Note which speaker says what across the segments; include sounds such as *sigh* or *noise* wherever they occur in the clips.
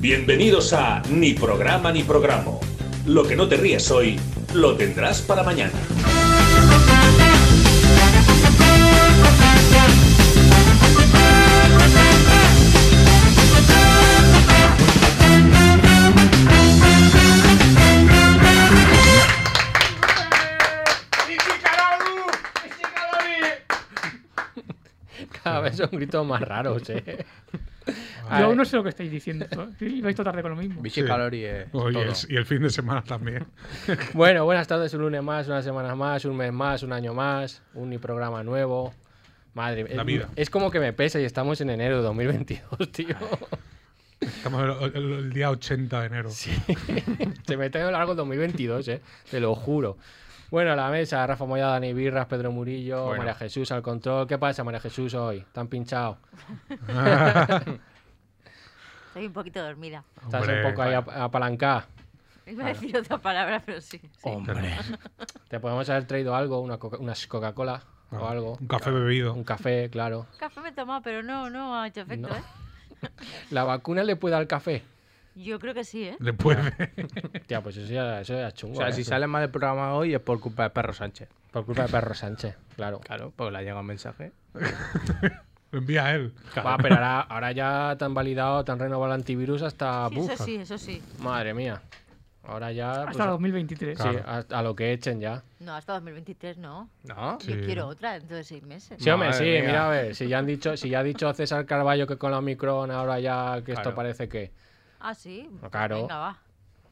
Speaker 1: Bienvenidos a Ni programa ni programa. Lo que no te ríes hoy, lo tendrás para mañana.
Speaker 2: Cada vez son gritos más
Speaker 3: *laughs*
Speaker 2: raros, ¿eh?
Speaker 4: Yo
Speaker 2: A ver,
Speaker 4: aún no sé lo que estáis diciendo. ¿no? Sí, Vais todo tarde con lo mismo.
Speaker 2: Vichy Calori es
Speaker 3: Oye,
Speaker 2: todo.
Speaker 3: es- y el fin de semana también.
Speaker 2: Bueno, buenas tardes, un lunes más, una semana más, un mes más, un año más, un ni programa nuevo. Madre mía.
Speaker 3: La vida.
Speaker 2: Es como que me pesa y estamos en enero de 2022,
Speaker 3: *laughs*
Speaker 2: tío.
Speaker 3: Estamos el, el- el día 80 de enero.
Speaker 2: Se me está yendo largo el 2022, ¿eh? Te lo juro. Bueno, a la mesa, Rafa Moya, Dani Birras, Pedro Murillo,
Speaker 3: Bueno.
Speaker 2: María Jesús al control. ¿Qué pasa, María Jesús, hoy? ¿Tan
Speaker 3: *laughs*
Speaker 2: pinchado? *laughs*
Speaker 5: Estoy un poquito dormida.
Speaker 2: ¿Estás
Speaker 3: Hombre,
Speaker 2: un poco ahí ap- apalancada?
Speaker 5: Iba a decir otra palabra, pero sí. sí.
Speaker 2: Hombre. *laughs* ¿Te podemos haber traído algo? Una coca- unas Coca-Cola o algo.
Speaker 3: Ah, Un café bebido.
Speaker 2: Un café, claro.
Speaker 5: Café me he tomado, pero no, no ha hecho efecto,
Speaker 2: No.
Speaker 5: ¿eh?
Speaker 2: ¿La vacuna le puede dar café?
Speaker 5: Yo creo que sí, ¿eh?
Speaker 3: Después de...
Speaker 2: Tía, pues eso ya, eso ya es chungo.
Speaker 6: O sea,
Speaker 2: ¿eh?
Speaker 6: si sale mal el programa hoy es por culpa de Perro Sánchez.
Speaker 2: Por culpa de Perro Sánchez, claro.
Speaker 6: Claro, porque le ha llegado un mensaje.
Speaker 3: Lo envía a él.
Speaker 2: Va, pero ahora, ahora ya te han validado, te han renovado el antivirus hasta...
Speaker 5: Sí, eso
Speaker 2: Wuhan.
Speaker 5: sí, eso sí.
Speaker 2: Madre mía. Ahora ya... pues,
Speaker 4: Hasta 2023.
Speaker 2: Sí, a, a lo que echen ya.
Speaker 5: No, hasta 2023 no.
Speaker 6: ¿No?
Speaker 3: Sí.
Speaker 5: Yo quiero otra dentro de seis meses.
Speaker 2: Sí, hombre, sí,
Speaker 6: Madre mía.
Speaker 2: mira, a ver, si ya han dicho, si ya ha dicho César Carballo que con la Omicron ahora ya que esto
Speaker 6: Claro.
Speaker 2: parece que...
Speaker 5: Ah, sí. pues
Speaker 2: Claro.
Speaker 5: Venga, va.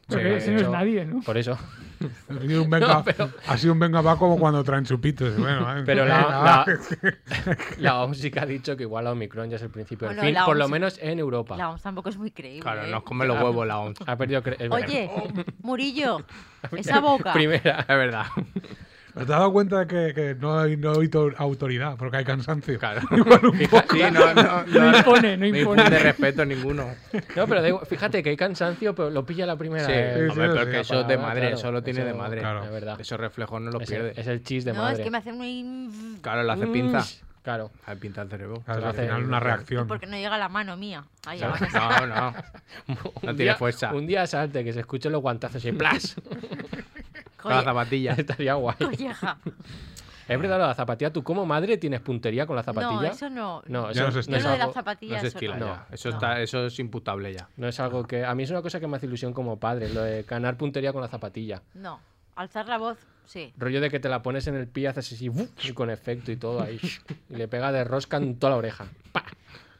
Speaker 4: Porque
Speaker 2: Sí,
Speaker 4: ese no es
Speaker 2: yo-
Speaker 4: nadie, ¿no?
Speaker 2: Por eso.
Speaker 3: Eh, Ha sido un venga,
Speaker 2: No, pero-
Speaker 3: ha sido un venga va como cuando traen chupitos.
Speaker 2: *laughs*
Speaker 3: Bueno, eh,
Speaker 2: Pero la,
Speaker 3: venga,
Speaker 6: *laughs*
Speaker 3: *laughs*
Speaker 2: la, la OMS sí que ha dicho que igual la Omicron ya es el principio del
Speaker 5: Bueno,
Speaker 2: fin,
Speaker 5: la
Speaker 2: por lo
Speaker 5: OMS
Speaker 2: menos en Europa.
Speaker 5: La OMS tampoco es muy creíble.
Speaker 6: Claro,
Speaker 5: ¿eh?
Speaker 6: nos come los huevos la OMS.
Speaker 2: Ha perdido... cre- es verdad. *laughs*
Speaker 5: Oye, Murillo, esa boca.
Speaker 2: Primera.
Speaker 6: Es verdad.
Speaker 3: ¿Pero ¿Te has dado cuenta de que, que no, hay, no hay to- autoridad? Porque hay cansancio.
Speaker 6: Claro.
Speaker 3: *laughs* Igual un
Speaker 6: Fija- sí,
Speaker 4: *laughs*
Speaker 6: no, no, no,
Speaker 4: No impone, no
Speaker 6: no
Speaker 4: impone.
Speaker 6: infunde respeto ninguno.
Speaker 2: No, pero da igual, fíjate que hay cansancio, pero lo pilla la primera.
Speaker 6: Sí,
Speaker 2: eh,
Speaker 3: sí,
Speaker 6: hombre,
Speaker 3: sí,
Speaker 6: pero
Speaker 3: sí.
Speaker 6: que eso es de
Speaker 2: Claro,
Speaker 6: madre,
Speaker 2: claro,
Speaker 6: eso lo tiene
Speaker 2: eso-
Speaker 6: de madre.
Speaker 3: claro.
Speaker 2: Es verdad.
Speaker 6: Esos reflejos no los
Speaker 2: es, el,
Speaker 6: pierde.
Speaker 2: es el chis de
Speaker 5: no,
Speaker 2: madre.
Speaker 5: es que me hace muy...
Speaker 6: Claro, le hace pinza.
Speaker 2: Mm, Claro.
Speaker 6: Hace pinza al cerebro.
Speaker 3: Claro, al
Speaker 2: hace-
Speaker 3: final una reacción.
Speaker 5: Porque no llega la mano mía. Ahí,
Speaker 6: No,
Speaker 5: abajo.
Speaker 6: no.
Speaker 5: *laughs*
Speaker 2: *laughs*
Speaker 6: No,
Speaker 2: Un
Speaker 6: no tiene
Speaker 2: día-
Speaker 6: fuerza.
Speaker 2: Un día salte, que se escuchen los guantazos y ¡plas!
Speaker 6: Con la
Speaker 5: Oye,
Speaker 6: zapatilla.
Speaker 2: *laughs* Estaría guay.
Speaker 5: colleja.
Speaker 2: Es verdad, lo de la zapatilla. ¿Tú como madre tienes puntería con la zapatilla?
Speaker 5: No, eso no.
Speaker 2: No,
Speaker 3: Ya
Speaker 2: eso
Speaker 3: no se
Speaker 5: Yo
Speaker 2: es
Speaker 5: lo de las
Speaker 2: algo,
Speaker 6: No
Speaker 5: zapatillas.
Speaker 6: se estila
Speaker 2: no.
Speaker 6: ya. Eso, está, Ah, eso es imputable ya.
Speaker 2: no es algo que... A mí es una cosa que me hace ilusión como padre, lo de ganar puntería con la zapatilla.
Speaker 5: No, alzar la voz, sí.
Speaker 2: Rollo de que te la pones en el pie, haces así, ¡buf! y con efecto y todo ahí. *laughs* Y le pega de rosca en toda la oreja. ¡Pa!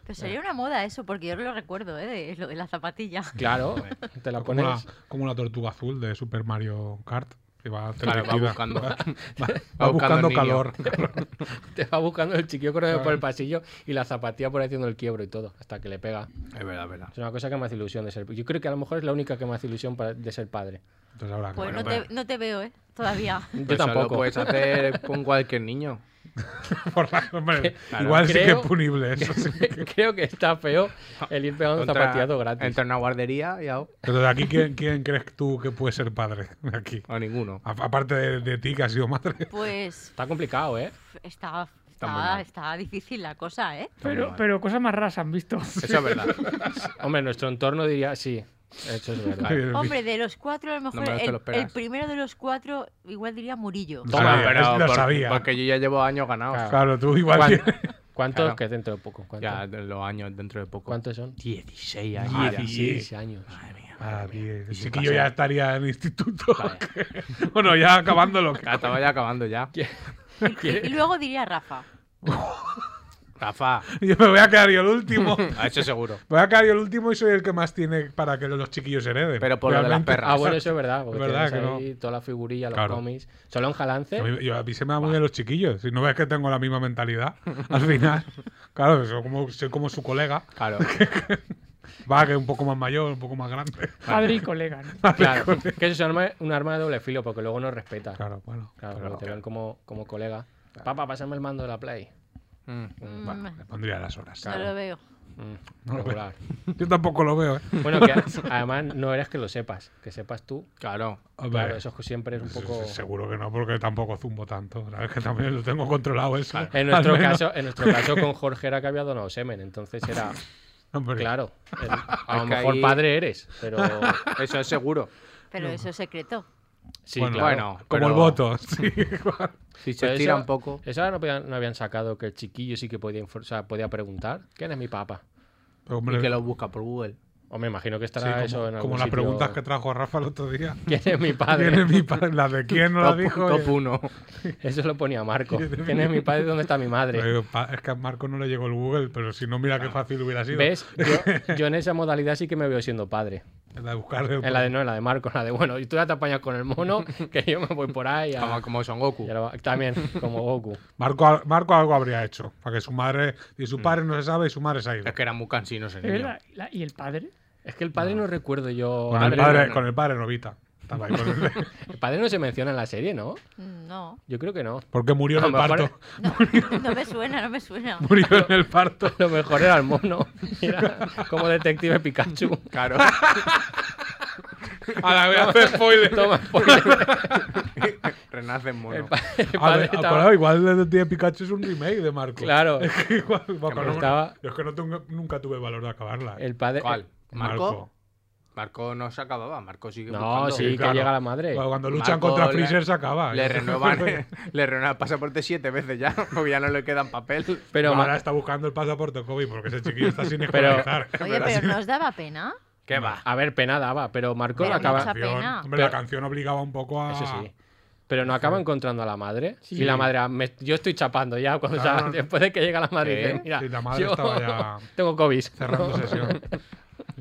Speaker 5: Pero sería una moda eso, porque yo no lo recuerdo, ¿eh? De, lo de la zapatilla. Pues
Speaker 2: Claro, te la
Speaker 3: como,
Speaker 2: pones...
Speaker 3: la, como la tortuga azul de Super Mario Kart. Que va,
Speaker 6: Claro, va
Speaker 3: teletida. *laughs*
Speaker 2: *laughs*
Speaker 6: buscando.
Speaker 3: Va- va
Speaker 6: Va
Speaker 3: buscando
Speaker 6: buscando
Speaker 3: *laughs*
Speaker 6: niño.
Speaker 3: calor.
Speaker 2: Te va buscando el chiquillo corriendo por el pasillo y la zapatilla por ahí haciendo el quiebro y todo, hasta que le pega.
Speaker 6: Es verdad, es verdad.
Speaker 2: Es una cosa que me hace ilusión de ser. Yo creo que a lo mejor es la única que me hace ilusión para- de ser padre.
Speaker 3: Entonces habrá que-
Speaker 5: Pues no,
Speaker 3: bueno,
Speaker 6: *laughs*
Speaker 5: te, no te veo, ¿eh? Todavía.
Speaker 2: Yo
Speaker 6: Pues eso Lo
Speaker 2: tampoco. *laughs*
Speaker 6: puedes hacer con cualquier niño.
Speaker 3: *laughs* por la- hombre,
Speaker 6: Claro.
Speaker 3: igual sí que
Speaker 2: Creo-
Speaker 3: es punible eso. sí.
Speaker 2: *laughs* creo que está feo el ir pegando
Speaker 6: Entra-
Speaker 2: zapatillazo gratis.
Speaker 6: Entra en una guardería y a, o
Speaker 3: Entonces, aquí, ¿quién, quién crees tú que puede ser padre? de Aquí.
Speaker 6: ninguno.
Speaker 3: A- Aparte de, de ti, que has sido madre.
Speaker 5: Pues
Speaker 2: Está complicado, ¿eh?
Speaker 5: está,
Speaker 6: muy
Speaker 5: está,
Speaker 6: mal.
Speaker 5: está difícil la cosa, ¿eh?
Speaker 4: Pero, pero cosas más raras han visto.
Speaker 6: Eso
Speaker 4: *laughs*
Speaker 3: *laughs*
Speaker 6: es verdad.
Speaker 2: Hombre, nuestro entorno diría sí. Eso es
Speaker 3: *laughs*
Speaker 2: verdad.
Speaker 3: Sí,
Speaker 5: Hombre, de los cuatro, a lo mejor
Speaker 6: me lo te
Speaker 5: el,
Speaker 6: lo esperas.
Speaker 5: el primero de los cuatro, igual diría Murillo.
Speaker 3: Lo sabía,
Speaker 6: pero
Speaker 3: lo
Speaker 6: por-
Speaker 3: sabía.
Speaker 6: Porque yo ya llevo años ganados.
Speaker 2: Claro.
Speaker 3: Claro, tú igual
Speaker 2: ¿Cuán-
Speaker 3: tienes-
Speaker 2: ¿Cuántos?
Speaker 6: Claro.
Speaker 2: Que dentro de poco. ¿Cuántos,
Speaker 6: Ya de los años dentro de poco.
Speaker 2: ¿Cuántos son?
Speaker 6: 16 años. ya.
Speaker 2: 16 años.
Speaker 3: Ah, bien.
Speaker 6: Y
Speaker 3: Sí
Speaker 6: sin
Speaker 3: que yo
Speaker 6: pasar.
Speaker 3: ya *laughs* estaría en instituto. bueno, ya acabándolo.
Speaker 6: Ya Estaba ya acabando ya. *laughs*
Speaker 5: Y luego diría Rafa.
Speaker 6: Rafa,
Speaker 3: Yo *laughs* me voy a quedar yo el último. Me
Speaker 6: *laughs* a eso seguro.
Speaker 3: voy a quedar yo el último y soy el que más tiene para que los chiquillos hereden.
Speaker 6: Pero por lo de las
Speaker 3: Realmente.
Speaker 6: perras.
Speaker 2: Ah, bueno, eso es verdad. Porque
Speaker 3: Es verdad
Speaker 2: tienes
Speaker 3: que
Speaker 2: ahí toda la figurilla, los
Speaker 3: Claro.
Speaker 2: cómics. Solo en jalance.
Speaker 3: A mí, yo, a mí se me da muy bien los chiquillos. Si no ves que tengo la misma mentalidad, *laughs* al final. Claro, soy como, soy como su colega.
Speaker 6: Claro.
Speaker 3: *laughs* Va, que es un poco más mayor, un poco más grande.
Speaker 4: Padre y colega, ¿no?
Speaker 2: Claro. *laughs* Que eso es un arma, un arma de doble filo porque luego no respeta.
Speaker 3: Claro, bueno.
Speaker 2: Claro, porque te ven como, como colega. Papá, pásame el mando de la Play.
Speaker 6: Mm.
Speaker 3: Bueno, le pondría las horas.
Speaker 5: No lo veo.
Speaker 2: Mm,
Speaker 3: No lo
Speaker 2: regular.
Speaker 3: Yo tampoco lo veo, ¿eh?
Speaker 2: Bueno, que además no eres que lo sepas, que sepas tú.
Speaker 6: Claro.
Speaker 3: Hombre,
Speaker 2: Claro, eso siempre es un poco.
Speaker 3: Seguro que no, porque tampoco zumbo tanto. La verdad *laughs* que también lo tengo controlado eso. ¿eh? *laughs*
Speaker 2: En
Speaker 3: Al
Speaker 2: nuestro
Speaker 3: menos. *laughs*
Speaker 2: caso, en nuestro caso con Jorge era que había donado semen, entonces era
Speaker 3: Hombre.
Speaker 2: Claro. el- a lo
Speaker 6: que
Speaker 2: mejor
Speaker 6: ahí-
Speaker 2: padre eres,
Speaker 3: *laughs*
Speaker 2: pero.
Speaker 6: Eso es seguro.
Speaker 5: Pero eso es secreto.
Speaker 2: Sí,
Speaker 3: Bueno,
Speaker 2: claro.
Speaker 6: Bueno,
Speaker 3: como
Speaker 6: pero
Speaker 3: el voto. *laughs* Sí,
Speaker 6: Si se
Speaker 2: Pero
Speaker 6: estira
Speaker 2: eso-
Speaker 6: Pues un poco.
Speaker 2: Eso ahora no, podían- no habían sacado que el chiquillo sí que podía, infor- o sea, podía preguntar quién es mi papá.
Speaker 3: Pero,
Speaker 6: Y
Speaker 3: Pues hombre,
Speaker 6: que lo busca por Google.
Speaker 2: O me imagino que
Speaker 3: sí,
Speaker 2: estará
Speaker 3: como,
Speaker 2: eso en algún
Speaker 3: como las
Speaker 2: sitio.
Speaker 3: preguntas que trajo Rafa el otro día.
Speaker 2: *laughs* ¿Quién es mi
Speaker 3: *laughs*
Speaker 2: padre?
Speaker 3: ¿Quién es mi padre? ¿La de quién no la
Speaker 6: Top,
Speaker 3: dijo?
Speaker 6: top 1.
Speaker 2: Eso lo ponía Marco.
Speaker 3: ¿Quién es mi-
Speaker 2: ¿Quién es mi padre? y ¿Dónde está mi madre? Ah.
Speaker 3: Pero, pa, Es que a Marco no le llegó el Google, pero si no, mira qué fácil hubiera sido. *laughs*
Speaker 2: ¿Ves? Yo, yo en esa modalidad sí que me veo siendo padre.
Speaker 3: En la de buscar el-
Speaker 2: En la de no, en la de Marco, en la de bueno, y tú ya te apañas con el mono, *laughs* que yo me voy por ahí. a-
Speaker 6: Como, como Son Goku.
Speaker 2: y ahora va- también,
Speaker 3: *laughs*
Speaker 2: como Goku.
Speaker 3: Marco, al- Marco algo habría hecho. Para que su madre. Y
Speaker 2: Mm.
Speaker 3: su padre no se sabe y su madre se ha ido.
Speaker 6: Es que eran muy cansinos en
Speaker 4: Pero
Speaker 6: niño.
Speaker 4: la- la- ¿Y el padre?
Speaker 2: Es que el padre no, recuerdo yo.
Speaker 3: Con el
Speaker 2: Madre,
Speaker 3: padre,
Speaker 2: no,
Speaker 3: con el padre Novita. Estaba ahí con el-
Speaker 2: no. El padre no se menciona en la serie, ¿no?
Speaker 5: No.
Speaker 2: Yo creo que no.
Speaker 3: Porque murió en
Speaker 2: A
Speaker 3: el
Speaker 2: lo mejor-
Speaker 3: parto.
Speaker 2: *laughs*
Speaker 5: No, *laughs* no me suena, no me suena.
Speaker 3: Murió en el parto.
Speaker 2: Lo mejor era el mono. Era como detective Pikachu. *laughs*
Speaker 6: Claro.
Speaker 3: A la vez hace spoiler.
Speaker 2: Toma,
Speaker 3: *laughs*
Speaker 6: *laughs*
Speaker 2: spoiler.
Speaker 6: Renacen mono.
Speaker 2: El pa- el
Speaker 3: A
Speaker 2: padre
Speaker 3: ver,
Speaker 2: estaba-
Speaker 3: acordado, igual el de Pikachu es un remake de Marco. *laughs*
Speaker 2: Claro.
Speaker 3: Igual, Marco,
Speaker 2: me
Speaker 3: no-
Speaker 2: gustaba.
Speaker 3: Yo es que no tengo- nunca tuve valor de acabarla. eh.
Speaker 2: *laughs* El padre.
Speaker 6: ¿Cuál?
Speaker 3: Marco.
Speaker 6: ¿Marco? Marco no se acababa. Marco sigue
Speaker 2: No,
Speaker 6: buscando.
Speaker 2: sí, que
Speaker 3: claro.
Speaker 2: llega la madre.
Speaker 3: Cuando, cuando luchan
Speaker 6: Marco
Speaker 3: contra
Speaker 6: le-
Speaker 3: Freezer se acaba. *laughs*
Speaker 6: Le renovan, *laughs* le renuevan el pasaporte siete veces ya, *laughs* porque ya no le quedan papel.
Speaker 2: Pero,
Speaker 3: ahora
Speaker 2: ma-
Speaker 3: está buscando el pasaporte COVID porque ese chiquillo está sin
Speaker 2: *laughs* Pero-
Speaker 3: escolarizar.
Speaker 5: Oye, pero ¿no os daba pena?
Speaker 6: ¿Qué va?
Speaker 2: a ver, pena daba, pero Marco
Speaker 5: Pero
Speaker 2: acaba.
Speaker 5: mucha
Speaker 3: Canción,
Speaker 5: pena.
Speaker 3: hombre, la
Speaker 2: Pero-
Speaker 3: canción obligaba un poco a.
Speaker 2: Eso sí. Pero no acaba encontrando a la madre. Y la madre, ah, me- yo estoy chapando ya. Cuando, o sea,
Speaker 3: Claro.
Speaker 2: después de que llega la madre,
Speaker 6: ¿Qué?
Speaker 2: dice, mira,
Speaker 3: Sí, la madre
Speaker 2: yo
Speaker 3: estaba ya
Speaker 2: *laughs* tengo COVID. *laughs*
Speaker 3: Cerrando sesión.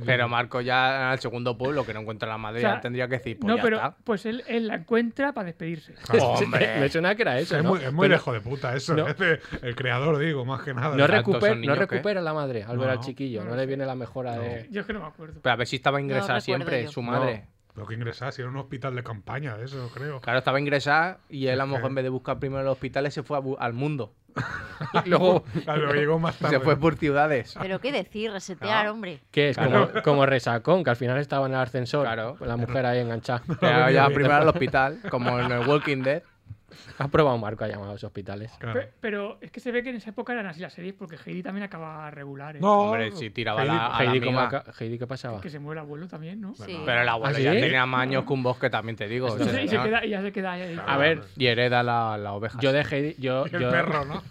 Speaker 6: Pero Marco ya al segundo pueblo que no encuentra la madre
Speaker 4: O sea,
Speaker 6: ya tendría que decir, pues
Speaker 4: no,
Speaker 6: ya
Speaker 4: pero
Speaker 6: está.
Speaker 4: pues él, él la encuentra para
Speaker 2: *laughs*
Speaker 4: despedirse.
Speaker 3: Claro.
Speaker 2: Hombre. Me suena que era eso.
Speaker 3: es
Speaker 2: ¿no?
Speaker 3: muy, es muy
Speaker 2: Pero
Speaker 3: lejos de puta eso.
Speaker 2: no.
Speaker 3: es de- el creador, digo, más que nada.
Speaker 2: No,
Speaker 6: Tantos
Speaker 2: recuper-
Speaker 6: son
Speaker 2: no
Speaker 6: niños que-
Speaker 2: recupera la madre al ver
Speaker 3: No.
Speaker 2: al chiquillo. No, le viene la mejora de.
Speaker 4: Yo es que no me acuerdo.
Speaker 6: Pero a ver si estaba ingresada
Speaker 5: No recuerdo
Speaker 6: siempre,
Speaker 5: yo.
Speaker 6: su madre.
Speaker 3: Lo que ingresaba, si era un hospital de campaña, de eso, creo.
Speaker 6: Claro, estaba ingresada y él a lo
Speaker 3: Es que-
Speaker 6: mejor en vez de buscar primero los hospitales se fue a bu-
Speaker 3: *laughs*
Speaker 6: al mundo.
Speaker 2: Luego,
Speaker 3: Claro, llegó más tarde.
Speaker 6: *laughs* Se fue por ciudades.
Speaker 5: Pero qué decir, resetear,
Speaker 4: Ah.
Speaker 6: No.
Speaker 5: hombre.
Speaker 2: ¿qué es? Como, como resacón, que al final estaba en el ascensor.
Speaker 6: Claro.
Speaker 2: La mujer ahí
Speaker 6: *laughs*
Speaker 2: enganchada.
Speaker 6: Pero
Speaker 3: venía
Speaker 6: ya
Speaker 3: bien.
Speaker 6: primero al hospital, como en el Walking Dead.
Speaker 2: Has probado Marco ha llamado a los hospitales.
Speaker 3: Claro.
Speaker 4: Pe- Pero es que se ve que en esa época eran así las series porque Heidi también acaba regular. ¿eh?
Speaker 3: No,
Speaker 6: Hombre, si tiraba la, a la
Speaker 2: Heidi, ¿cómo
Speaker 6: amiga.
Speaker 2: aca- Heidi, ¿qué pasaba?
Speaker 4: Que se muere el abuelo también, ¿no?
Speaker 5: Sí.
Speaker 6: Pero el abuelo
Speaker 2: ¿Ah,
Speaker 6: ya
Speaker 2: sí?
Speaker 6: tenía
Speaker 4: *laughs*
Speaker 6: más años que un bosque, también te digo.
Speaker 4: Y
Speaker 6: o sea,
Speaker 4: se, y se queda, y ya se queda ahí. ahí.
Speaker 2: A ver,
Speaker 6: Y hereda la, la oveja.
Speaker 2: yo de Heidi. Yo,
Speaker 3: El
Speaker 2: yo-
Speaker 3: perro,
Speaker 6: *laughs*
Speaker 3: ¿no?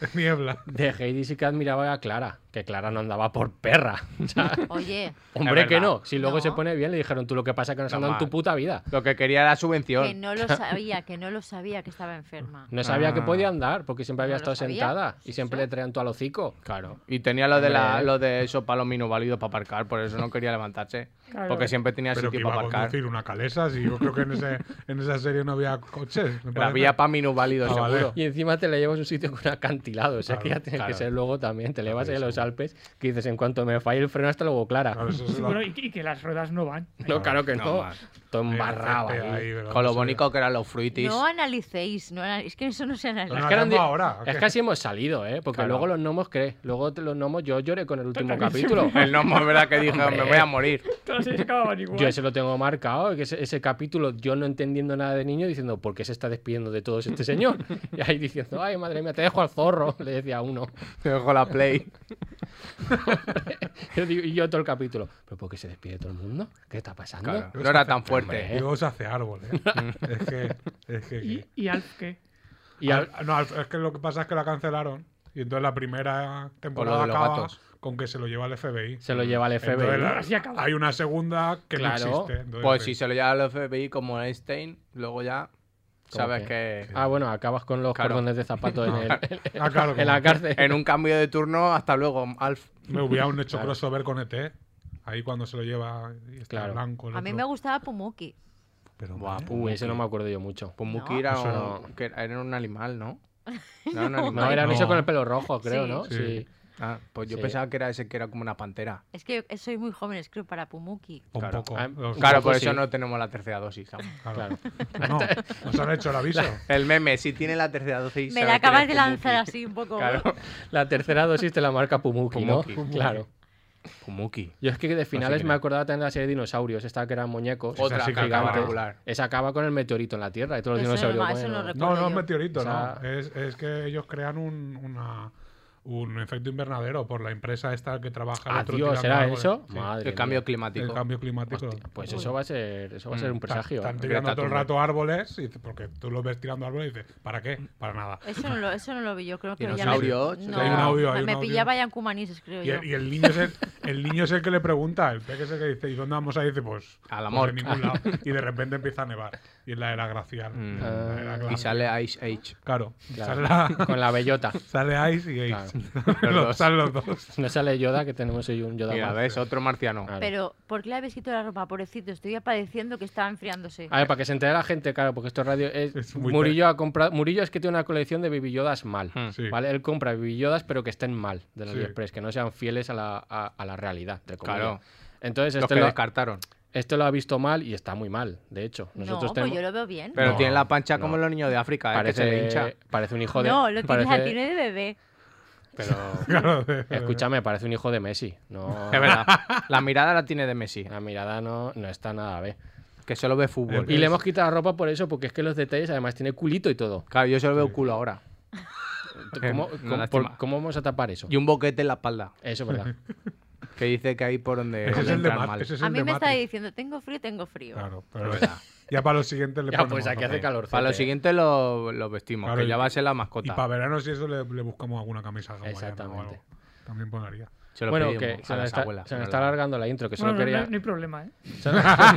Speaker 3: Es niebla.
Speaker 2: De Heidi sí que admiraba a Clara, que Clara no andaba por perra. O
Speaker 4: Ah.
Speaker 2: sea,
Speaker 5: Oye,
Speaker 2: *laughs* hombre,
Speaker 6: Es
Speaker 2: que
Speaker 6: verdad.
Speaker 2: no. Si luego
Speaker 5: No.
Speaker 2: se pone bien, le dijeron tú lo que pasa es que no has
Speaker 6: No,
Speaker 2: andado en tu
Speaker 6: mal.
Speaker 2: puta vida.
Speaker 6: Lo que quería era subvención.
Speaker 5: que no lo sabía, que no lo sabía que estaba enferma.
Speaker 2: *laughs* No sabía que
Speaker 6: Ah.
Speaker 2: podía andar, porque siempre había
Speaker 5: No lo
Speaker 2: estado
Speaker 5: sabía.
Speaker 2: sentada y
Speaker 5: Sí,
Speaker 2: siempre
Speaker 5: sí.
Speaker 2: le traían tú al hocico. Claro.
Speaker 6: Y tenía lo de, la,
Speaker 2: Hombre.
Speaker 6: lo de esos palos válidos para aparcar, por eso no quería levantarse.
Speaker 4: Claro.
Speaker 6: Porque siempre tenía
Speaker 3: Pero que
Speaker 6: sitio
Speaker 3: iba a
Speaker 6: para aparcar.
Speaker 3: conducir una calesa, si yo creo que en,
Speaker 6: *laughs*
Speaker 3: ese, en esa serie no había coches. me
Speaker 6: La
Speaker 3: parece.
Speaker 6: vía para minusválidos,
Speaker 3: Ah, vale.
Speaker 6: seguro.
Speaker 2: Y encima te la llevas a un sitio con acantilado. O sea que
Speaker 3: Claro,
Speaker 2: ya tiene
Speaker 6: claro.
Speaker 2: que ser luego también. Te llevas ahí a los Alpes que dices, en cuanto me falle el freno, hasta luego, Clara.
Speaker 3: Claro, eso es
Speaker 4: Sí,
Speaker 3: la-
Speaker 4: bueno, y, y que las ruedas no van.
Speaker 2: No, claro que
Speaker 6: No,
Speaker 2: no.
Speaker 6: mal.
Speaker 2: Todo
Speaker 3: Ahí,
Speaker 2: embarrado
Speaker 3: gente
Speaker 2: ahí.
Speaker 3: ahí, pero
Speaker 6: Con lo
Speaker 3: no sé.
Speaker 6: bonito que eran los fruitis.
Speaker 5: No analicéis, no ana- es que eso no se
Speaker 3: Pero
Speaker 5: analiza.
Speaker 2: Es
Speaker 3: no
Speaker 2: que, eran
Speaker 3: hagamos
Speaker 2: di-
Speaker 3: ahora, ¿o
Speaker 2: es
Speaker 3: qué?
Speaker 2: que así hemos salido, ¿eh? Porque
Speaker 6: Claro.
Speaker 2: luego los gnomos, ¿qué? Luego te- los gnomos, yo lloré con el último
Speaker 4: También se
Speaker 2: capítulo.
Speaker 6: El gnomo es verdad que dije, me voy
Speaker 2: *laughs*
Speaker 6: a morir.
Speaker 4: Todas ellas acababan igual.
Speaker 2: Yo ese lo tengo marcado, que ese, ese capítulo yo no entendiendo nada de niño diciendo, ¿por qué se está despidiendo de todos este señor? Y ahí diciendo, ay, madre mía, te dejo al zorro, le decía a uno.
Speaker 6: Te dejo la play.
Speaker 2: *laughs* Yo digo- y yo todo el capítulo, ¿pero por qué se despide todo el mundo? ¿Qué está pasando?
Speaker 6: Claro, no era tan fuerte.
Speaker 3: Y luego se hace árbol,
Speaker 2: *laughs*
Speaker 3: ¿eh? es que. Es que
Speaker 4: ¿Y, y Alf qué?
Speaker 2: Y
Speaker 6: Ah,
Speaker 2: al-
Speaker 3: Al- no, al- es que lo que pasa es que la cancelaron. Y entonces la primera temporada
Speaker 6: de los
Speaker 3: acaba
Speaker 6: gatos.
Speaker 3: con que se lo lleva el FBI.
Speaker 2: se lo lleva al FBI.
Speaker 3: Entonces, la-
Speaker 4: Así acaba.
Speaker 3: hay una segunda que
Speaker 2: Claro.
Speaker 3: no existe. entonces,
Speaker 6: Pues si se lo lleva al FBI como Einstein, luego ya
Speaker 2: ¿Cómo
Speaker 6: sabes que...
Speaker 2: Ah, bueno, acabas con los
Speaker 6: Claro.
Speaker 2: cordones de zapato
Speaker 3: *laughs*
Speaker 2: en, el-
Speaker 3: Ah, claro,
Speaker 2: en la
Speaker 3: como
Speaker 2: cárcel.
Speaker 6: En un cambio de turno, hasta luego, Alf.
Speaker 3: Me hubiera un
Speaker 6: *laughs*
Speaker 3: hecho crossover con ET. Ahí cuando se lo lleva y está
Speaker 2: Claro.
Speaker 3: blanco. el
Speaker 5: A mí
Speaker 3: otro.
Speaker 5: me gustaba Pumuki.
Speaker 3: Pero,
Speaker 6: Buah,
Speaker 3: ¿eh?
Speaker 2: *laughs* Uy, ese no me acuerdo yo mucho.
Speaker 6: Pues Muki
Speaker 5: No.
Speaker 6: era,
Speaker 3: Eso
Speaker 6: un- que era un
Speaker 5: *laughs*
Speaker 6: animal, ¿no? No, era un animal.
Speaker 2: No, era
Speaker 3: No.
Speaker 2: eso con el pelo rojo, creo,
Speaker 5: Sí.
Speaker 2: ¿no?
Speaker 3: Sí.
Speaker 2: Sí.
Speaker 6: Ah, pues yo
Speaker 2: Sí.
Speaker 6: pensaba que era ese que era como una pantera.
Speaker 5: Es que soy muy joven, es que para Pumuki.
Speaker 3: Un
Speaker 6: Claro.
Speaker 3: poco.
Speaker 2: Ah,
Speaker 3: Los-
Speaker 2: Un
Speaker 6: Claro,
Speaker 2: poco
Speaker 6: por eso
Speaker 2: sí.
Speaker 6: no tenemos la tercera dosis. aún.
Speaker 3: claro. No, nos han hecho el aviso.
Speaker 6: *laughs* El meme, si tiene la tercera dosis...
Speaker 5: Me
Speaker 6: sabe
Speaker 5: la
Speaker 6: que
Speaker 5: acabas
Speaker 6: eres
Speaker 5: de
Speaker 6: Pumuki.
Speaker 5: lanzar así un poco.
Speaker 6: Claro,
Speaker 2: La tercera dosis te la marca Pumuki, ¿no?
Speaker 6: Pumuki. Pumuki.
Speaker 2: Claro.
Speaker 6: Pumuki.
Speaker 2: Yo es que de finales
Speaker 6: que
Speaker 2: me
Speaker 6: no.
Speaker 2: acordaba también de la serie de dinosaurios, esta que eran muñecos.
Speaker 6: Otra
Speaker 3: sí que
Speaker 6: que acaba
Speaker 3: acaba.
Speaker 6: regular.
Speaker 2: Esa acaba con el meteorito en la Tierra y todos los
Speaker 5: Eso no,
Speaker 2: dinosaurios.
Speaker 5: eso no
Speaker 2: bueno.
Speaker 5: recuerdo.
Speaker 3: No, no
Speaker 5: yo.
Speaker 3: es meteorito,
Speaker 2: O sea-
Speaker 3: no. Es, es que ellos crean un, una, un efecto invernadero por la empresa esta que trabaja. el otro tirando
Speaker 2: Adiós, Ah, ¿será
Speaker 3: árboles.
Speaker 2: eso?
Speaker 3: Sí,
Speaker 2: Madre
Speaker 6: El cambio
Speaker 2: mía.
Speaker 6: climático.
Speaker 3: El cambio climático.
Speaker 2: Hostia, pues eso va a ser, eso va a ser
Speaker 6: Mm,
Speaker 2: un presagio.
Speaker 3: Están
Speaker 2: ¿eh?
Speaker 3: tirando
Speaker 6: Greta
Speaker 3: todo el
Speaker 6: Thunberg.
Speaker 3: rato árboles, y dices, porque tú los ves tirando árboles y dices, ¿para qué? Para nada.
Speaker 5: Eso no, lo, eso no lo vi yo, creo que ya me-
Speaker 6: Dinosaurios.
Speaker 5: no,
Speaker 3: Hay un audio, hay
Speaker 5: me
Speaker 3: un audio.
Speaker 5: pillaba ya en Cumanises, creo
Speaker 3: *laughs* Y
Speaker 5: yo.
Speaker 3: el, y el niño es el, el niño es el que le pregunta, el peque es el que dice, ¿y dónde vamos a ir? Dice, pues
Speaker 6: Al
Speaker 3: pues
Speaker 6: amor.
Speaker 3: en ningún lado. Y de repente empieza a nevar. Y es la era glacial.
Speaker 6: Mm.
Speaker 2: Ah,
Speaker 3: La era glacial.
Speaker 6: Y sale Ice Age.
Speaker 3: Claro,
Speaker 2: Claro,
Speaker 3: Sale, la-
Speaker 2: *laughs* Con la bellota.
Speaker 3: *laughs*
Speaker 2: *laughs*
Speaker 3: sale Ice y Age. *laughs*
Speaker 6: Los
Speaker 3: Los-
Speaker 6: dos.
Speaker 3: salen los dos.
Speaker 2: No sale Yoda, que tenemos hoy un Yoda
Speaker 6: Mira,
Speaker 2: más.
Speaker 6: ves, otro marciano.
Speaker 2: Claro.
Speaker 5: Pero, ¿por qué le habéis quitado la ropa, pobrecito? Estoy ya padeciendo que estaba enfriándose.
Speaker 2: A ver, para que se entere la gente, claro, porque esto es radio es,
Speaker 3: Es muy
Speaker 2: Murillo ha comprado Murillo es que tiene una colección de Baby Yodas mal.
Speaker 6: Mm.
Speaker 3: Sí.
Speaker 2: ¿Vale? Él compra Baby Yodas, pero que estén mal de los
Speaker 3: Sí.
Speaker 2: AliExpress, que no sean fieles a la, a, a la realidad, entre comillas.
Speaker 6: Claro.
Speaker 2: Entonces,
Speaker 6: Los
Speaker 2: este
Speaker 6: que
Speaker 2: lo,
Speaker 6: descartaron.
Speaker 2: este lo ha visto mal y está muy mal, de hecho.
Speaker 5: no,
Speaker 2: Nosotros
Speaker 5: pues
Speaker 2: tenemos-
Speaker 5: yo lo veo bien.
Speaker 6: Pero
Speaker 2: No,
Speaker 6: tienen la pancha como
Speaker 2: no.
Speaker 6: los niños de África, ¿eh? que se le hincha.
Speaker 2: parece, parece un hijo de.
Speaker 5: no, lo tienes,
Speaker 2: parece-
Speaker 5: la tiene de bebé.
Speaker 2: Pero.
Speaker 3: *laughs*
Speaker 2: *laughs*
Speaker 3: Claro, de-
Speaker 2: Escúchame, parece un hijo de Messi.
Speaker 3: *laughs*
Speaker 2: No,
Speaker 6: Es verdad. La mirada la tiene de Messi,
Speaker 2: la mirada no, no está nada, ¿ve?
Speaker 6: que solo ve fútbol.
Speaker 2: Y le hemos quitado la ropa por eso, porque es que los detalles, además, tiene culito y todo.
Speaker 6: Claro, yo solo veo culo ahora.
Speaker 3: *laughs*
Speaker 2: ¿Cómo,
Speaker 6: Una
Speaker 2: cómo-
Speaker 6: lástima.
Speaker 2: por- cómo vamos a tapar eso?
Speaker 6: Y un boquete en la espalda,
Speaker 2: Eso es verdad.
Speaker 6: *laughs* que dice que ahí por donde
Speaker 3: Ese es el de
Speaker 6: entrar
Speaker 3: Mat-
Speaker 6: mal.
Speaker 3: ese es
Speaker 5: A
Speaker 3: el
Speaker 5: mí
Speaker 3: de
Speaker 5: me está
Speaker 3: Matrix.
Speaker 5: diciendo, tengo frío, tengo frío.
Speaker 3: Claro, pero ya para los siguientes le
Speaker 2: ya,
Speaker 3: ponemos
Speaker 2: pues aquí hace
Speaker 3: otro.
Speaker 2: calor.
Speaker 6: Para lo
Speaker 2: gente.
Speaker 6: siguiente lo, lo vestimos,
Speaker 3: Claro,
Speaker 6: que ya
Speaker 3: y-
Speaker 6: va a ser la
Speaker 3: Y
Speaker 6: mascota.
Speaker 3: para verano, si eso, le, le buscamos alguna camisa hawaiana o
Speaker 2: Exactamente.
Speaker 3: algo. También pondría.
Speaker 6: Se lo
Speaker 2: Bueno,
Speaker 6: pedimos
Speaker 2: que se
Speaker 6: a
Speaker 2: nos
Speaker 6: las
Speaker 2: está,
Speaker 6: abuelas,
Speaker 2: se nos
Speaker 6: es
Speaker 2: está
Speaker 6: verdad.
Speaker 2: alargando la intro, que solo
Speaker 4: Bueno, no-
Speaker 2: quería,
Speaker 4: no, hay problema, ¿eh?
Speaker 2: *laughs*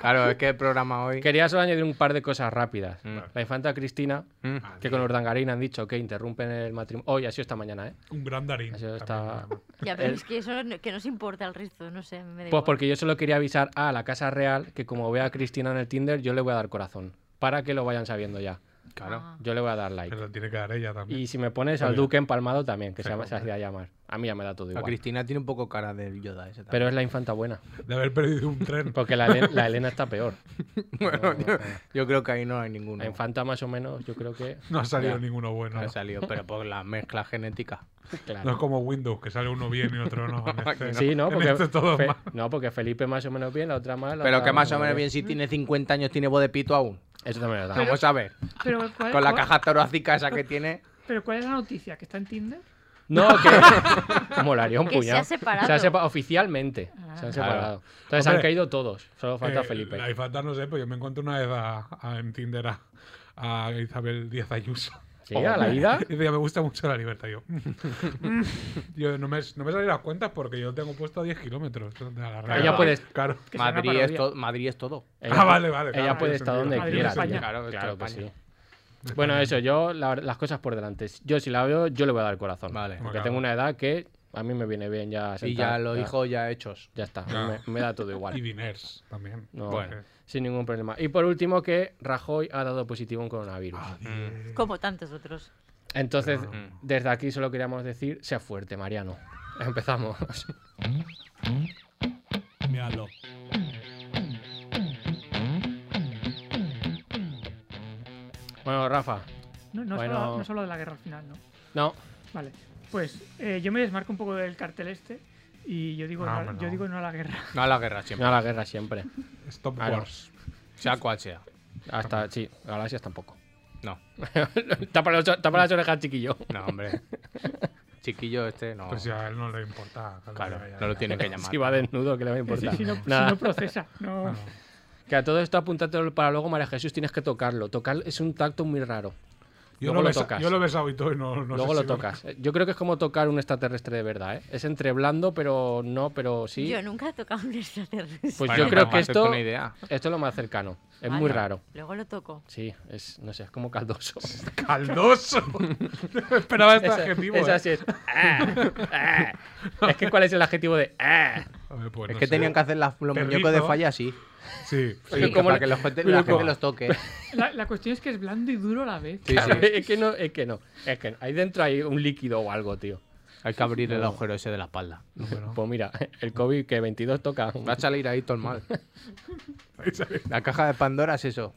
Speaker 6: Claro, es que el programa hoy...
Speaker 2: quería solo añadir un par de cosas rápidas.
Speaker 6: Mm.
Speaker 2: La infanta Cristina,
Speaker 6: Mm.
Speaker 2: que con Urdangarín han dicho que interrumpen el matrimonio. Hoy, ha sido esta mañana, ¿eh?
Speaker 3: Un gran darín.
Speaker 2: Ha sido
Speaker 3: también,
Speaker 2: esta-
Speaker 3: además.
Speaker 5: Ya, pero es que eso no- que nos importa el resto, no sé. Me da
Speaker 2: Pues
Speaker 5: igual.
Speaker 2: porque yo solo quería avisar a la Casa Real que como vea a Cristina en el Tinder, yo le voy a dar corazón. Para que lo vayan sabiendo ya.
Speaker 6: Claro.
Speaker 5: Ah.
Speaker 2: Yo le voy a dar like.
Speaker 3: Pero tiene que dar ella también.
Speaker 2: Y si me pones al
Speaker 3: Está bien.
Speaker 2: Duque empalmado también, que se,
Speaker 3: Sí,
Speaker 2: llama- se
Speaker 3: hombre.
Speaker 2: hacía llamar. A mí ya me da todo
Speaker 6: La
Speaker 2: igual.
Speaker 6: Cristina tiene un poco cara del Yoda ese también.
Speaker 2: Pero es la infanta buena.
Speaker 3: De haber perdido un tren.
Speaker 2: *laughs* Porque la, Helen- la Elena está peor.
Speaker 6: *laughs* Bueno, yo, yo creo que ahí no hay ninguno.
Speaker 2: La infanta más o menos, yo creo que...
Speaker 3: No ha salido
Speaker 2: Ya.
Speaker 3: ninguno bueno.
Speaker 6: No ha salido, pero por la mezcla genética.
Speaker 3: No
Speaker 2: Claro.
Speaker 3: es como Windows, que sale uno bien y otro
Speaker 6: *laughs*
Speaker 3: no. En este-
Speaker 2: Sí, ¿no?
Speaker 3: en
Speaker 2: Porque,
Speaker 3: este todo es
Speaker 2: Fe-
Speaker 3: mal.
Speaker 2: no, porque Felipe más o menos bien, la otra mal. Ah, la
Speaker 6: Pero
Speaker 2: otra
Speaker 6: que más o menos bien, si tiene 50 años, tiene voz de pito aún.
Speaker 2: Eso también es verdad.
Speaker 6: Vamos a ver.
Speaker 4: Pero, ¿cuál-
Speaker 6: Con la
Speaker 4: cuál-
Speaker 6: caja torácica
Speaker 5: *laughs*
Speaker 6: esa que tiene.
Speaker 4: Pero ¿cuál es la noticia? ¿Que está en Tinder?
Speaker 6: *laughs*
Speaker 2: No, que. Molaría un
Speaker 5: Que se
Speaker 2: puñado.
Speaker 5: ha separado.
Speaker 2: Se ha sepa- Oficialmente. Se han
Speaker 6: Ah. Claro.
Speaker 2: separado. Entonces han
Speaker 3: Hombre,
Speaker 2: caído todos. Solo falta
Speaker 3: Eh,
Speaker 2: Felipe.
Speaker 3: La falta no sé, pero yo me encontré una vez a, a- en Tinder a, a Isabel Díaz Ayuso.
Speaker 2: Sí,
Speaker 3: *laughs*
Speaker 2: a la ida.
Speaker 3: Y decía, me gusta mucho la libertad. Yo, "Mm". *laughs* yo no, me, no me salí las cuentas porque yo tengo puesto a 10 kilómetros de la
Speaker 4: Claro.
Speaker 2: Ella puede.
Speaker 3: Claro. Ah,
Speaker 4: Que sea una
Speaker 6: Madrid es,
Speaker 4: parodia.
Speaker 6: to- Madrid es todo.
Speaker 2: ella-
Speaker 3: vale, vale,
Speaker 2: Ella
Speaker 3: claro,
Speaker 2: puede
Speaker 3: tiene
Speaker 2: estar
Speaker 3: sentido.
Speaker 2: donde
Speaker 4: Madrid,
Speaker 2: quiera.
Speaker 4: España.
Speaker 2: tío.
Speaker 6: Claro, esto
Speaker 2: Claro que
Speaker 6: es
Speaker 2: sí.
Speaker 6: España.
Speaker 2: Bueno, eso, yo la ver- las cosas por delante. Yo si la veo, yo le voy a dar el corazón.
Speaker 6: Vale.
Speaker 2: Porque
Speaker 3: Claro.
Speaker 2: tengo una edad que a mí me viene bien ya.
Speaker 6: Y
Speaker 2: sentar,
Speaker 6: ya los hijos ya hechos.
Speaker 2: Ya está.
Speaker 3: Ya.
Speaker 2: Ah, Me, me da todo
Speaker 3: *laughs*
Speaker 2: igual.
Speaker 3: Y diners también.
Speaker 2: No,
Speaker 6: Ah. Bueno.
Speaker 2: sin ningún problema. Y por último, que Rajoy ha dado positivo en coronavirus.
Speaker 3: Ah,
Speaker 6: Mm.
Speaker 5: Como tantos otros.
Speaker 2: Entonces, desde aquí solo queríamos decir, sea fuerte, Mariano. *laughs* Empezamos.
Speaker 3: Míralo.
Speaker 2: Bueno, Rafa.
Speaker 4: No, no,
Speaker 2: Bueno.
Speaker 4: se habla, no se habla de la guerra al final, ¿no?
Speaker 2: No,
Speaker 4: Vale. Pues eh, yo me desmarco un poco del cartel este y yo digo,
Speaker 3: Ah,
Speaker 4: no-
Speaker 3: hombre,
Speaker 4: yo
Speaker 3: no.
Speaker 4: digo no a la guerra. *laughs*
Speaker 6: No a la guerra
Speaker 2: no
Speaker 6: siempre.
Speaker 2: a la guerra siempre.
Speaker 3: Stop
Speaker 2: Claro.
Speaker 3: Wars.
Speaker 6: Sea cual sea.
Speaker 2: Hasta, sí, galaxias tampoco.
Speaker 6: No,
Speaker 2: *laughs* tapa, los- tapa las orejas, chiquillo.
Speaker 6: no, hombre. Chiquillo este, no.
Speaker 3: Pues si a él no le importa.
Speaker 6: Claro,
Speaker 3: Ya, ya,
Speaker 6: no lo
Speaker 3: ya.
Speaker 2: *laughs*
Speaker 6: tienen que llamar.
Speaker 2: Si va desnudo, que le va a
Speaker 4: Si,
Speaker 2: importar.
Speaker 4: si no, si
Speaker 2: Nada.
Speaker 4: no procesa.
Speaker 2: *laughs*
Speaker 4: No.
Speaker 2: Que a todo esto apúntatelo para luego, María Jesús, tienes que tocarlo. Tocar es un tacto muy raro.
Speaker 3: Yo,
Speaker 2: Luego
Speaker 3: lo
Speaker 2: lo
Speaker 3: besa-
Speaker 2: tocas.
Speaker 3: yo lo he besado y todo y no, no sé
Speaker 2: luego lo
Speaker 3: si
Speaker 2: tocas. Eh, Yo creo que es como tocar un extraterrestre de verdad, ¿eh? Es entre blando, pero no, pero sí.
Speaker 5: Yo nunca he tocado un extraterrestre. *laughs*
Speaker 2: Pues
Speaker 6: Bueno,
Speaker 2: yo creo
Speaker 6: para
Speaker 2: que
Speaker 6: hacerte
Speaker 2: esto,
Speaker 6: una idea.
Speaker 2: esto es lo más cercano. Es
Speaker 5: Vale.
Speaker 2: muy raro.
Speaker 5: Luego lo toco.
Speaker 2: Sí, es, no sé, es como caldoso.
Speaker 3: *laughs*
Speaker 2: *laughs*
Speaker 3: ¡Caldoso! No esperaba este
Speaker 2: Esa-
Speaker 3: adjetivo.
Speaker 2: esa
Speaker 3: eh.
Speaker 2: sí es. Ah, ah. Es que cuál es el adjetivo de. ah.
Speaker 3: A ver, pues
Speaker 6: Es
Speaker 3: no
Speaker 6: que
Speaker 3: sé.
Speaker 6: tenían que hacer las- los
Speaker 3: Perrizo.
Speaker 6: muñecos de falla así.
Speaker 3: Sí, sí.
Speaker 6: *laughs* Sí, que
Speaker 2: como
Speaker 6: para
Speaker 2: la-
Speaker 6: que los gente-
Speaker 2: pero
Speaker 6: la gente
Speaker 2: como-
Speaker 6: los toque.
Speaker 4: La, la cuestión es que es blando y duro a la vez.
Speaker 6: Sí, sí.
Speaker 2: Es que no, es que no. Es que no. ahí dentro hay un líquido o algo, tío.
Speaker 6: Hay que abrir el agujero ese de la espalda.
Speaker 3: Bueno.
Speaker 2: *laughs* Pues mira, el COVID que 22 toca.
Speaker 6: Va a salir ahí todo el
Speaker 3: *laughs*
Speaker 6: mal. La caja de Pandora es eso.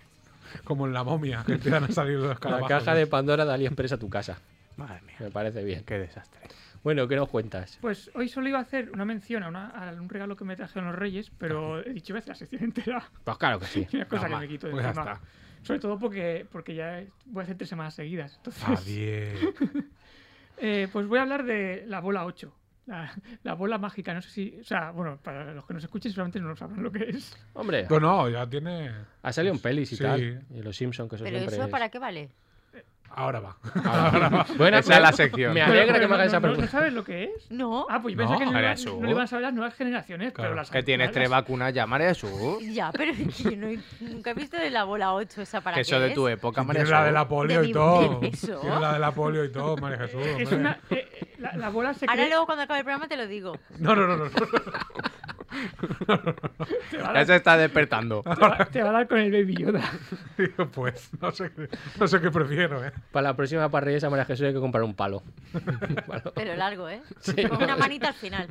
Speaker 3: Como en la momia, que empiezan a salir los
Speaker 2: La
Speaker 3: calabazos.
Speaker 2: caja de Pandora de AliExpress a tu casa.
Speaker 6: Madre mía,
Speaker 2: Me parece bien.
Speaker 6: qué desastre.
Speaker 2: Bueno, ¿qué nos cuentas?
Speaker 4: *laughs* Pues hoy solo iba a hacer una mención a, una- a un regalo que me trajeron los Reyes, pero
Speaker 2: Ah.
Speaker 4: he dicho, voy a hacer la sección entera. *laughs*
Speaker 2: Pues claro
Speaker 3: *laughs*
Speaker 2: que sí.
Speaker 4: Una cosa
Speaker 6: Toma,
Speaker 4: que me quito de
Speaker 3: pues ya
Speaker 4: encima.
Speaker 3: está.
Speaker 4: Sobre todo porque, porque ya voy a hacer tres semanas seguidas. Entonces,
Speaker 3: Ah, bien.
Speaker 4: *laughs* Eh, pues voy a hablar de la bola 8. La, la bola mágica, no sé si. O sea, bueno, para los que nos escuchen, seguramente no sabrán lo que es.
Speaker 2: Hombre,
Speaker 3: Pero Pues no, ya tiene.
Speaker 2: ha salido en pelis y
Speaker 3: Sí.
Speaker 2: tal. Y los Simpsons, que eso
Speaker 5: Pero
Speaker 2: siempre
Speaker 5: eso,
Speaker 2: es-
Speaker 5: ¿para qué vale?
Speaker 3: Ahora va.
Speaker 2: *laughs* Buena-
Speaker 6: Esa es la
Speaker 2: me-
Speaker 6: sección.
Speaker 2: Me
Speaker 4: Pero-
Speaker 2: alegra
Speaker 4: pero
Speaker 2: que me hagas
Speaker 4: no-
Speaker 2: esa
Speaker 4: no-
Speaker 2: pregunta.
Speaker 4: ¿No sabes lo que es?
Speaker 5: No.
Speaker 4: Ah, pues yo
Speaker 3: No,
Speaker 4: pensé que no,
Speaker 6: Marea
Speaker 4: iba-
Speaker 6: Sur.
Speaker 4: no le iban a saber las nuevas generaciones,
Speaker 3: Claro.
Speaker 4: pero las
Speaker 6: Que tienes
Speaker 4: actuales-
Speaker 6: tres vacunas ya, María Sur.
Speaker 5: Ya, pero es que yo no he- nunca he visto de la bola 8 esa para
Speaker 6: Que
Speaker 5: qué
Speaker 6: eso de
Speaker 5: es?
Speaker 6: tu época, María
Speaker 3: Tiene
Speaker 6: Sur.
Speaker 3: la de la polio
Speaker 5: De
Speaker 3: y
Speaker 5: mi-
Speaker 3: todo.
Speaker 5: de eso.
Speaker 3: Tiene la de la polio y todo, María Jesús.
Speaker 4: Es
Speaker 3: hombre.
Speaker 4: una, eh, eh, la, la bola se
Speaker 5: Ahora
Speaker 4: cree-
Speaker 5: luego cuando acabe el programa te lo
Speaker 4: *laughs*
Speaker 5: digo.
Speaker 3: No, no, no, no.
Speaker 4: te, va a
Speaker 6: Ya
Speaker 4: dar,
Speaker 6: se está
Speaker 4: *laughs*
Speaker 6: despertando.
Speaker 4: te va- te va a dar con el baby
Speaker 6: *laughs*
Speaker 4: Yoda.
Speaker 3: Digo, pues, no sé, qué- no sé qué prefiero, ¿eh?
Speaker 2: Para la próxima parrilla de San María Jesús hay que comprar un
Speaker 6: *laughs*
Speaker 2: palo. Un palo.
Speaker 5: Pero largo, ¿eh?
Speaker 2: *laughs* Sí.
Speaker 5: Con una manita al final.